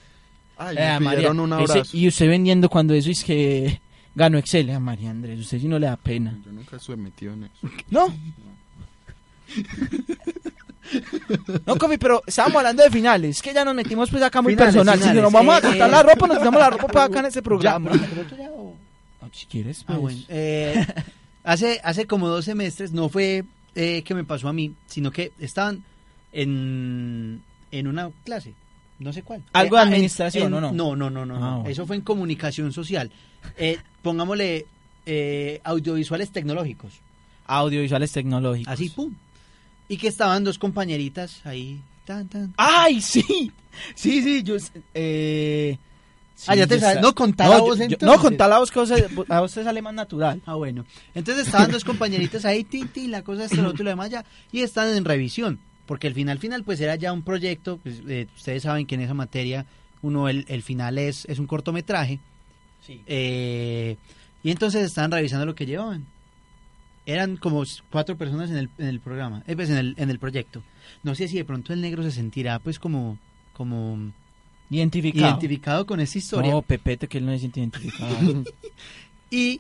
S6: Ay, me
S2: Eh, María,
S6: pidieron un
S2: ese-
S6: abrazo.
S2: y usted vendiendo cuando eso es que ganó Excel. A María Andrés, usted sí no le da pena.
S6: Yo nunca estuve metido en eso.
S2: No. No, Comi, pero estábamos hablando de finales. Es que ya nos metimos pues acá muy
S3: Finales,
S2: personal. Si
S3: finales.
S2: nos vamos a
S3: Eh,
S2: quitar
S3: eh.
S2: la ropa, nos quitamos la ropa pues, acá en ese programa.
S3: Ya, pero tú ya- o-
S2: Ah, si quieres.
S3: Ah,
S2: pues.
S3: bueno.
S2: *laughs*
S3: Eh, hace, hace como dos semestres, no fue eh, que me pasó a mí, sino que estaban en, en una clase, no sé cuál.
S2: ¿Algo
S3: Eh,
S2: de
S3: ah, en-
S2: administración
S3: en-
S2: o no?
S3: No, no, no, no.
S2: Ah,
S3: no.
S2: bueno.
S3: Eso fue en comunicación social. Eh, pongámosle eh, audiovisuales tecnológicos.
S2: Audiovisuales tecnológicos.
S3: Así, pum. Y que estaban dos compañeritas ahí. Tan, tan.
S2: ¡Ay, sí! Sí, sí, yo... Eh,
S3: Ah, ya te
S2: yo
S3: sabes.
S2: sa-
S3: No, contá la
S2: yo-
S3: voz
S2: yo-
S3: entonces.
S2: No, contá la voz que a usted, a usted sale más natural.
S3: Ah, bueno. Entonces estaban dos compañeritas ahí, tin, tin, la cosa es lo otro y lo demás ya, y están en revisión, porque el final final pues era ya un proyecto, pues, eh, ustedes saben que en esa materia uno, el, el final es, es un cortometraje, Eh, y entonces estaban revisando lo que llevaban. Eran como s- cuatro personas en el, en el programa, eh, pues, en, el, en el proyecto. No sé si de pronto el negro se sentirá pues como, como
S2: Identificado.
S3: identificado con esa historia.
S2: No, Pepete, que él no se siente
S3: *laughs*
S2: identificado.
S3: Y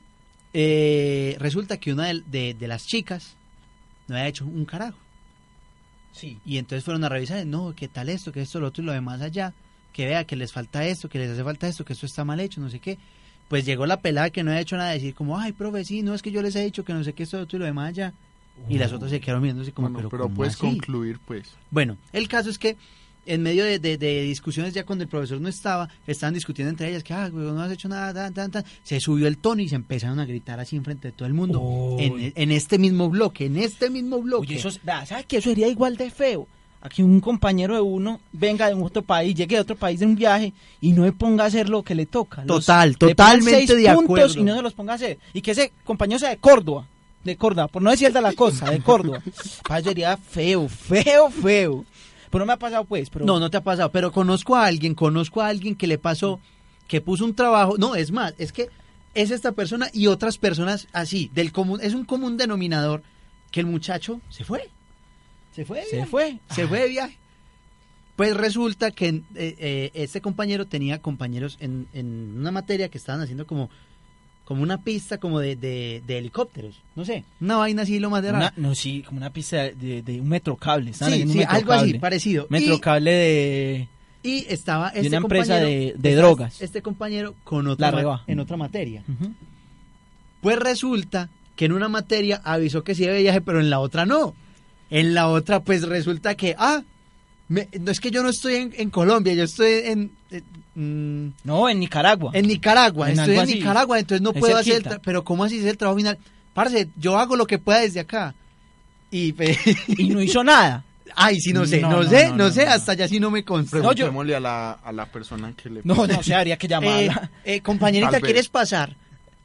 S3: eh, resulta que una de, de- de las chicas no había hecho un carajo. Sí. Y entonces fueron a revisar, no, qué tal esto, que esto, lo otro y lo demás allá, que vea que les falta esto, que les hace falta esto, que esto está mal hecho, no sé qué. Pues llegó la pelada que no había hecho nada, a decir como, ay, profe, sí, no es que yo les he dicho que no sé qué, esto, lo otro y lo demás allá. Y las otras se quedaron mirándose como,
S6: Oh.
S3: pero,
S6: Bueno, pero,
S3: ¿cómo
S6: puedes
S3: así?".
S6: concluir, pues.
S3: Bueno, el caso es que en medio de, de- de discusiones ya cuando el profesor no estaba, estaban discutiendo entre ellas que, ah, güey, no has hecho nada, tan, tan, tan. se subió el tono y se empezaron a gritar así enfrente de todo el mundo, en, en este mismo bloque, en este mismo bloque.
S2: Oye, eso, es- vea, ¿sabes qué? Eso sería igual de feo. Aquí un compañero de uno venga de otro país, llegue de otro país de un viaje y no le ponga a hacer lo que le toca. Los-
S3: Total,
S2: le pongan
S3: totalmente
S2: seis
S3: de
S2: puntos
S3: acuerdo.
S2: Y no se los ponga a hacer. Y que ese compañero sea de Córdoba. De Córdoba, por no decir el de la cosa, de
S3: *laughs*
S2: Córdoba. Pa, eso sería feo, feo, feo. Pero no me ha pasado, pues. Pero...
S3: No, no te ha pasado, pero conozco a alguien, conozco a alguien que le pasó, que puso un trabajo, no, es más, es que es esta persona y otras personas así, del común, es un común denominador que el muchacho se fue, se fue, de
S2: Se
S3: viaje.
S2: fue.
S3: se fue de viaje. Pues resulta que eh, eh, este compañero tenía compañeros en, en una materia que estaban haciendo como, como una pista como de, de- de helicópteros, no sé, una vaina así lo más de
S2: Una-
S3: rara.
S2: no, sí, como una pista de, de- de un metrocable. ¿saben?
S3: Sí,
S2: Un
S3: sí, algo así,
S2: metrocable.
S3: parecido. Y-
S2: Metrocable de...
S3: Y estaba este
S2: una empresa
S3: compañero-
S2: de- de
S3: estaba
S2: drogas.
S3: Este compañero con otra
S2: La
S3: ma-
S2: reba.
S3: en otra materia.
S2: Ujú.
S3: Pues resulta que en una materia avisó que sí de viaje, pero en la otra no. En la otra, pues resulta que, ah, me- no es que yo no estoy en, en Colombia, yo estoy en, eh, mm,
S2: No, en Nicaragua.
S3: en Nicaragua,
S2: En
S3: estoy
S2: algo
S3: en
S2: así.
S3: Nicaragua, entonces no
S2: Es
S3: puedo hacer, el
S2: cerquita.
S3: tra- pero ¿cómo así es el trabajo final? Parce, yo hago lo que pueda desde acá. Y, pues, *laughs*
S2: Y no hizo nada.
S3: ay, sí, no sé,
S2: No,
S3: no,
S2: no,
S3: sé,
S2: no,
S3: no,
S2: no,
S3: sé,
S2: no.
S3: hasta allá sí no me consta.
S2: No, yo-
S6: Preguntémosle a, la, a la persona que le...
S3: *laughs*
S2: No, no sé, habría que
S3: Eh,
S2: llamarla.
S3: eh, compañerita,
S6: Tal vez.
S3: ¿quieres pasar?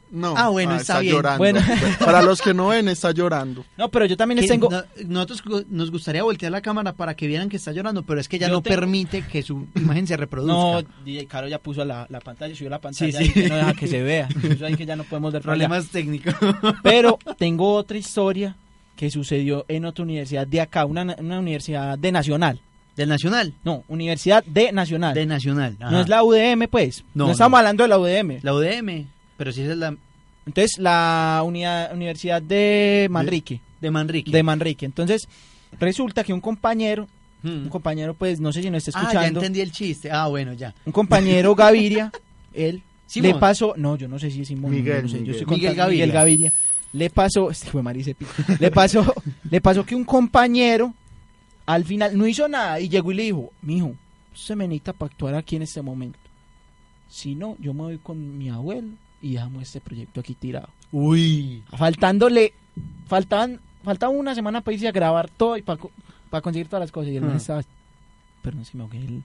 S6: No.
S3: Ah, bueno, está bien.
S6: llorando.
S2: Bueno.
S6: *laughs* Para los que no ven, está llorando.
S2: No, pero yo también les
S3: Que
S2: tengo...
S3: no- nosotros gu- nos gustaría voltear la cámara para que vieran que está llorando, pero es que ella
S2: Yo
S3: no
S2: tengo-
S3: permite que *coughs* su imagen se reproduzca.
S2: No, DJ Caro ya puso la, la pantalla, subió la pantalla
S3: Sí, sí.
S2: y que no deja *laughs* que se vea. Eso ahí que ya no podemos
S3: *laughs*
S2: ver para allá.
S3: problemas técnicos.
S2: Pero tengo otra historia que sucedió en otra universidad de acá, una, una universidad de Nacional.
S3: Del Nacional.
S2: No, Universidad de Nacional.
S3: De Nacional.
S2: no
S3: ajá.
S2: es la UDM, pues. No,
S3: No, no.
S2: estamos hablando de la UDM.
S3: La UDM, pero sí esa es la
S2: Entonces, la unidad- Universidad de Manrique.
S3: de Manrique.
S2: De Manrique. Entonces, resulta que un compañero,
S3: Mm.
S2: un compañero, pues, no sé si nos está
S3: Ah, ya
S2: escuchando,
S3: entendí el chiste. Ah, bueno, ya.
S2: un compañero
S3: *laughs*
S2: Gaviria, él
S3: Simón.
S2: le pasó, no, yo no sé si es Simón,
S6: Miguel,
S2: yo no sé, yo
S6: Miguel.
S2: estoy
S3: Miguel
S2: contando- Miguel Gaviria. Le pasó, *laughs* este fue le pasó, *laughs* le pasó que un compañero al final no hizo nada y llegó y le dijo, mijo, usted me necesita para actuar aquí en este momento. Si no, yo me voy con mi abuelo y dejamos este proyecto aquí tirado.
S3: Uy.
S2: Faltándole, faltaban, faltaba una semana para irse a grabar todo y para, conseguir todas las cosas. Y el man
S3: Ajá.
S2: estaba, perdón si me ahogué el-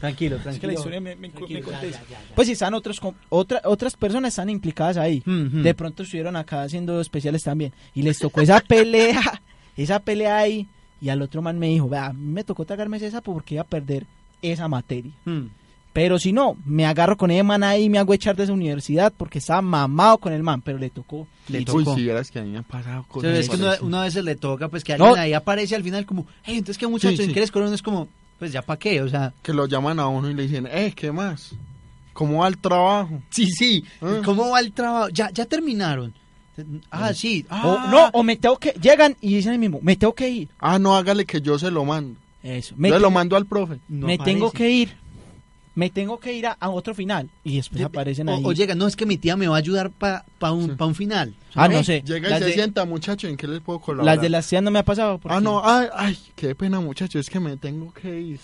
S3: Tranquilo, tranquilo.
S2: que la historia me- me- me contesta. Pues si están otros, com- otra- otras personas están implicadas ahí.
S3: Mm, mm.
S2: De pronto estuvieron acá haciendo especiales también. Y les tocó esa pelea, *laughs* esa pelea ahí. Y al otro man me dijo, "Vea, a mí me tocó tragarme ese sapo porque iba a perder esa materia.
S3: Mm.
S2: Pero si no, me agarro con ese man ahí y me hago echar de esa universidad porque estaba mamado con el man. Pero le tocó.
S3: Le
S6: Uy,
S3: tocó.
S6: si vieras que a mí me han pasado
S3: O
S6: cosas.
S3: sea, es que una,
S6: parecidas.
S3: una vez le toca, pues que
S2: No.
S3: alguien ahí aparece al final como, hey, entonces que muchacho,
S6: Sí, sí.
S3: ¿en qué eres corona? Es como, pues ya para qué, o sea,
S6: Que lo llaman a uno y le dicen, eh, ¿qué más? ¿Cómo va el trabajo?
S3: sí, sí,
S6: Ah.
S3: ¿cómo va el trabajo? Ya, ya terminaron. Ah, sí, ah,
S2: O, no, o me tengo que... Llegan y dicen ahí mismo, me tengo que ir.
S6: Ah, no, hágale que yo se lo mando.
S2: Eso. Me,
S6: Yo lo mando al profe.
S3: no
S2: me
S3: aparece.
S2: tengo que ir. Me tengo que ir a, a otro final. Y después aparecen
S3: O-
S2: ahí.
S3: O, llega, no, es que mi tía me va a ayudar para un, pa un final.
S2: ah, no sé.
S6: Llega y
S2: las
S6: se
S2: de-
S6: sienta, muchacho, ¿en qué les puedo colaborar?
S2: Las de las CEA no me ha pasado. porque
S6: Ah, no, ay, ay, qué pena, muchacho, es que me tengo que ir.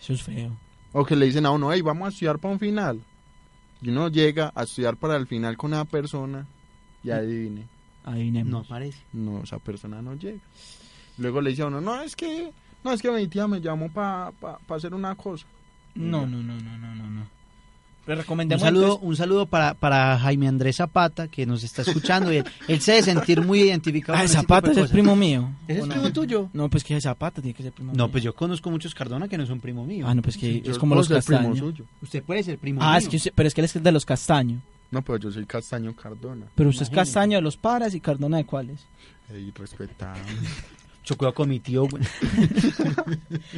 S2: Eso es feo.
S6: O que le dicen a uno, hey, vamos a estudiar para un final. Y uno llega a estudiar para el final con esa persona
S2: Mm.
S6: y adivine,
S2: Adivinemos.
S3: No aparece.
S6: no, esa persona no llega. Luego le dice a uno, no, es que, no, es que mi tía me llamó para hacer una cosa.
S2: No, no, no, no, no, no, no. Le
S3: Un
S2: recomendemos
S3: saludo, un saludo para, para Jaime Andrés Zapata, que nos está escuchando. y él, *laughs* él se debe sentir muy identificado.
S2: Ah,
S3: con ese
S2: Zapata es
S3: tipo de
S2: el
S3: cosas.
S2: primo mío.
S3: ¿Ese es
S2: ¿O no?
S3: primo tuyo?
S2: No, pues que Zapata tiene que ser primo mío.
S3: No, pues yo conozco muchos Cardona que no son primo mío.
S2: Ah, no, pues que
S6: Yo
S2: es como
S6: puedo
S2: los
S6: ser primo
S2: castaños.
S6: suyo.
S3: Usted puede ser primo
S2: Ah,
S3: mío.
S2: es que usted- pero es que él es de los castaños.
S6: No, pero yo soy Castaño Cardona. eh,
S2: Pero usted
S3: Imagínate.
S2: es castaño de los paras y Cardona de cuáles.
S6: Ey, respetame.
S2: *laughs*
S3: Yo cuido con mi tío. güey.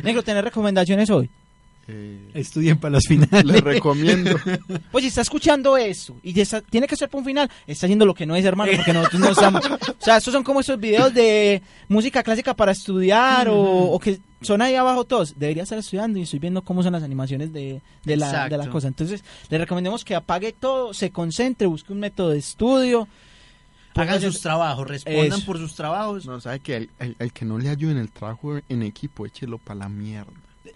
S2: Negro, ¿tenés recomendaciones hoy?
S6: Eh,
S3: Estudien para los finales.
S6: les
S2: *laughs*
S6: recomiendo.
S2: Pues si está escuchando eso y ya está- tiene que ser para un final, está haciendo lo que no es, hermano, porque nosotros no estamos. O sea, estos son como esos videos de música clásica para estudiar o, o que son ahí abajo todos. Debería estar estudiando y estoy viendo cómo son las animaciones de, de, la, de la
S3: Exacto.
S2: cosa. Entonces, le recomendemos que apague todo, se concentre, busque un método de estudio.
S3: Hagan
S2: Póngase-
S3: sus trabajos, respondan
S2: Eso.
S3: por sus trabajos.
S6: No, sabe que el, el- el que no le ayude en el trabajo en equipo, échelo para la mierda.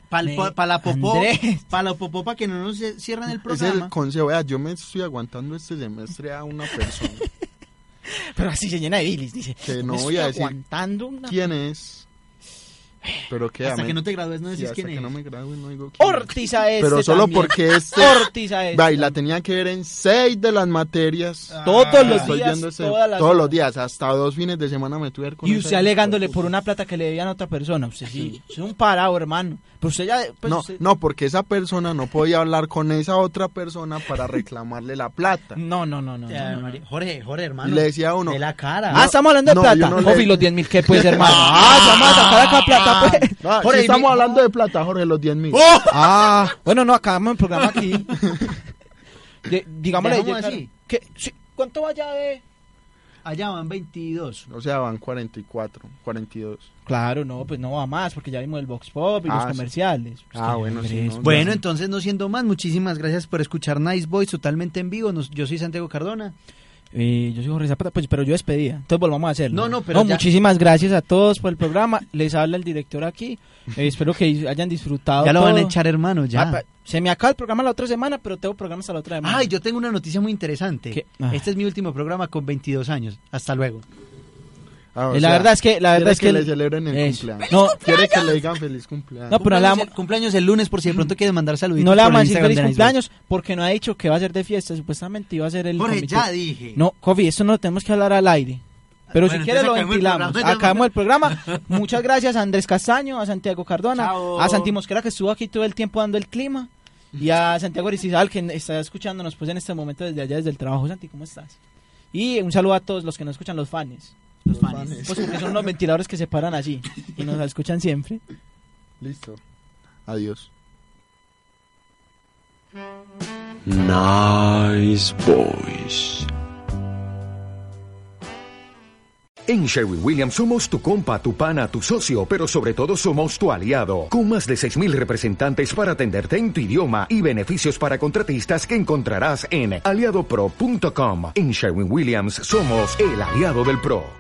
S3: Para
S2: Me-
S3: la popó,
S2: Andrés. *laughs*
S3: para la popó, para que no nos eh, cierren el
S6: Ese es el
S3: programa.
S6: consejo. Vea, yo me estoy aguantando este semestre a una persona
S2: Pero así se llena de bilis, dice. *laughs*
S6: que no
S2: "Me
S6: voy
S2: estoy
S6: a decir
S2: aguantando una-
S6: quién es, pero que
S3: Hasta
S6: amén.
S3: que no te gradúes no
S6: Sí,
S3: decís
S6: hasta
S3: quién
S6: que
S3: es.
S6: no me gradúe no digo quién es.
S2: Ortiz a este
S6: Pero solo
S2: también.
S6: porque este
S2: Ortiz a este
S6: va y la tenía que ver en seis de las materias.
S2: Todos Ah, los
S6: Ah, Estoy
S2: días,
S6: viendo ese-
S2: todas las
S6: todos
S2: horas.
S6: los días, hasta dos fines de semana me tuve con
S2: Y
S6: esa-
S2: usted alegándole por una plata que le debían a otra persona. Usted sí, es un parado, hermano. Pero usted ya. Pues,
S6: no,
S2: usted-
S6: no, porque esa persona no podía hablar con esa otra persona
S2: *laughs*
S6: para reclamarle la plata.
S2: no, no, Ah, no. no,
S3: O
S2: no,
S3: sea,
S2: no.
S3: Eh, María- Jorge, Jorge,
S6: Y
S3: hermano.
S6: le decía a uno,
S3: De la cara.
S2: Ah, estamos hablando de
S6: No,
S2: plata.
S6: yo no le-
S2: Ofi, los 10 mil, ¿qué pues, hermano? *laughs* ah, estamos a sacar acá plata, pues.
S6: "Ah, sí Oh.
S3: Jorge, y
S6: estamos
S3: mi-
S6: hablando de plata, Jorge, los 10 mil. *laughs*
S2: Ah, bueno, no, acabamos el programa aquí. De- digámosle Jay
S3: Dejamos
S2: Caro,
S3: así.
S2: que- sí, ¿Cuánto vaya de.?
S3: Allá van 22.
S6: O sea, van 44, 42.
S2: Claro, no, pues no va más, porque ya vimos el Vox Pop y
S6: Ah,
S2: los
S6: sí.
S2: comerciales.
S6: Ah, bueno, sí, no,
S3: Bueno,
S6: no.
S3: entonces no siendo más, muchísimas gracias por escuchar Nice Boys totalmente en vivo. Nos- yo soy Santiago Cardona.
S2: Eh, yo soy Jorge Zapata, pues, pero yo despedía. Entonces volvamos a hacerlo.
S3: No, no, pero ya-
S2: muchísimas gracias a todos por el programa. Les habla el director aquí. Eh, espero que hayan disfrutado.
S3: Ya lo van a
S2: todo.
S3: echar, hermano,
S2: Ah,
S3: ya.
S2: pa- se me acaba el programa la otra semana, pero tengo programas a la otra semana.
S3: Ay, yo tengo una noticia muy interesante.
S2: ¿Qué? Ah.
S3: Este es mi último programa con 22 años. Hasta luego.
S6: Ah, o
S2: Eh, la
S6: sea,
S2: verdad es que la verdad
S6: quiere
S2: es que,
S6: le celebren el
S2: Eso.
S6: cumpleaños.
S2: No,
S6: Quiere que le digan feliz cumpleaños.
S2: No, pero
S3: cumpleaños,
S2: la- Mm.
S3: el, cumpleaños el lunes por si de pronto quiere mandar saluditos.
S2: no le
S3: por el
S2: vamos a decir
S3: Instagram
S2: feliz
S3: de Nice Boys.
S2: cumpleaños porque no ha dicho que va a ser de fiesta, supuestamente iba a ser el
S10: Jorge,
S2: comité.
S10: ya dije.
S2: No, Kofi, esto no lo tenemos que hablar al aire. Pero si
S10: Bueno,
S2: quieres
S10: entonces
S2: lo
S10: acabemos el
S2: ventilamos.
S10: programa, ya.
S2: Acabamos el programa.
S10: *laughs*
S2: Muchas gracias a Andrés Castaño, a Santiago Cardona,
S10: Chao.
S2: a Santi Mosquera que estuvo aquí todo el tiempo dando el clima y a Santiago Arizizal que está escuchándonos pues en este momento desde allá desde el trabajo. Santi, ¿cómo estás? Y un saludo a todos los que nos escuchan, los fans.
S10: Los fans.
S2: Pues porque son los ventiladores que se paran así y nos escuchan siempre.
S6: Listo. Adiós.
S4: Nice boys.
S5: En Sherwin Williams somos tu compa, tu pana, tu socio, pero sobre todo somos tu aliado, con más de 6.000 representantes para atenderte en tu idioma y beneficios para contratistas que encontrarás en aliadopro.com. En Sherwin Williams somos el aliado del PRO.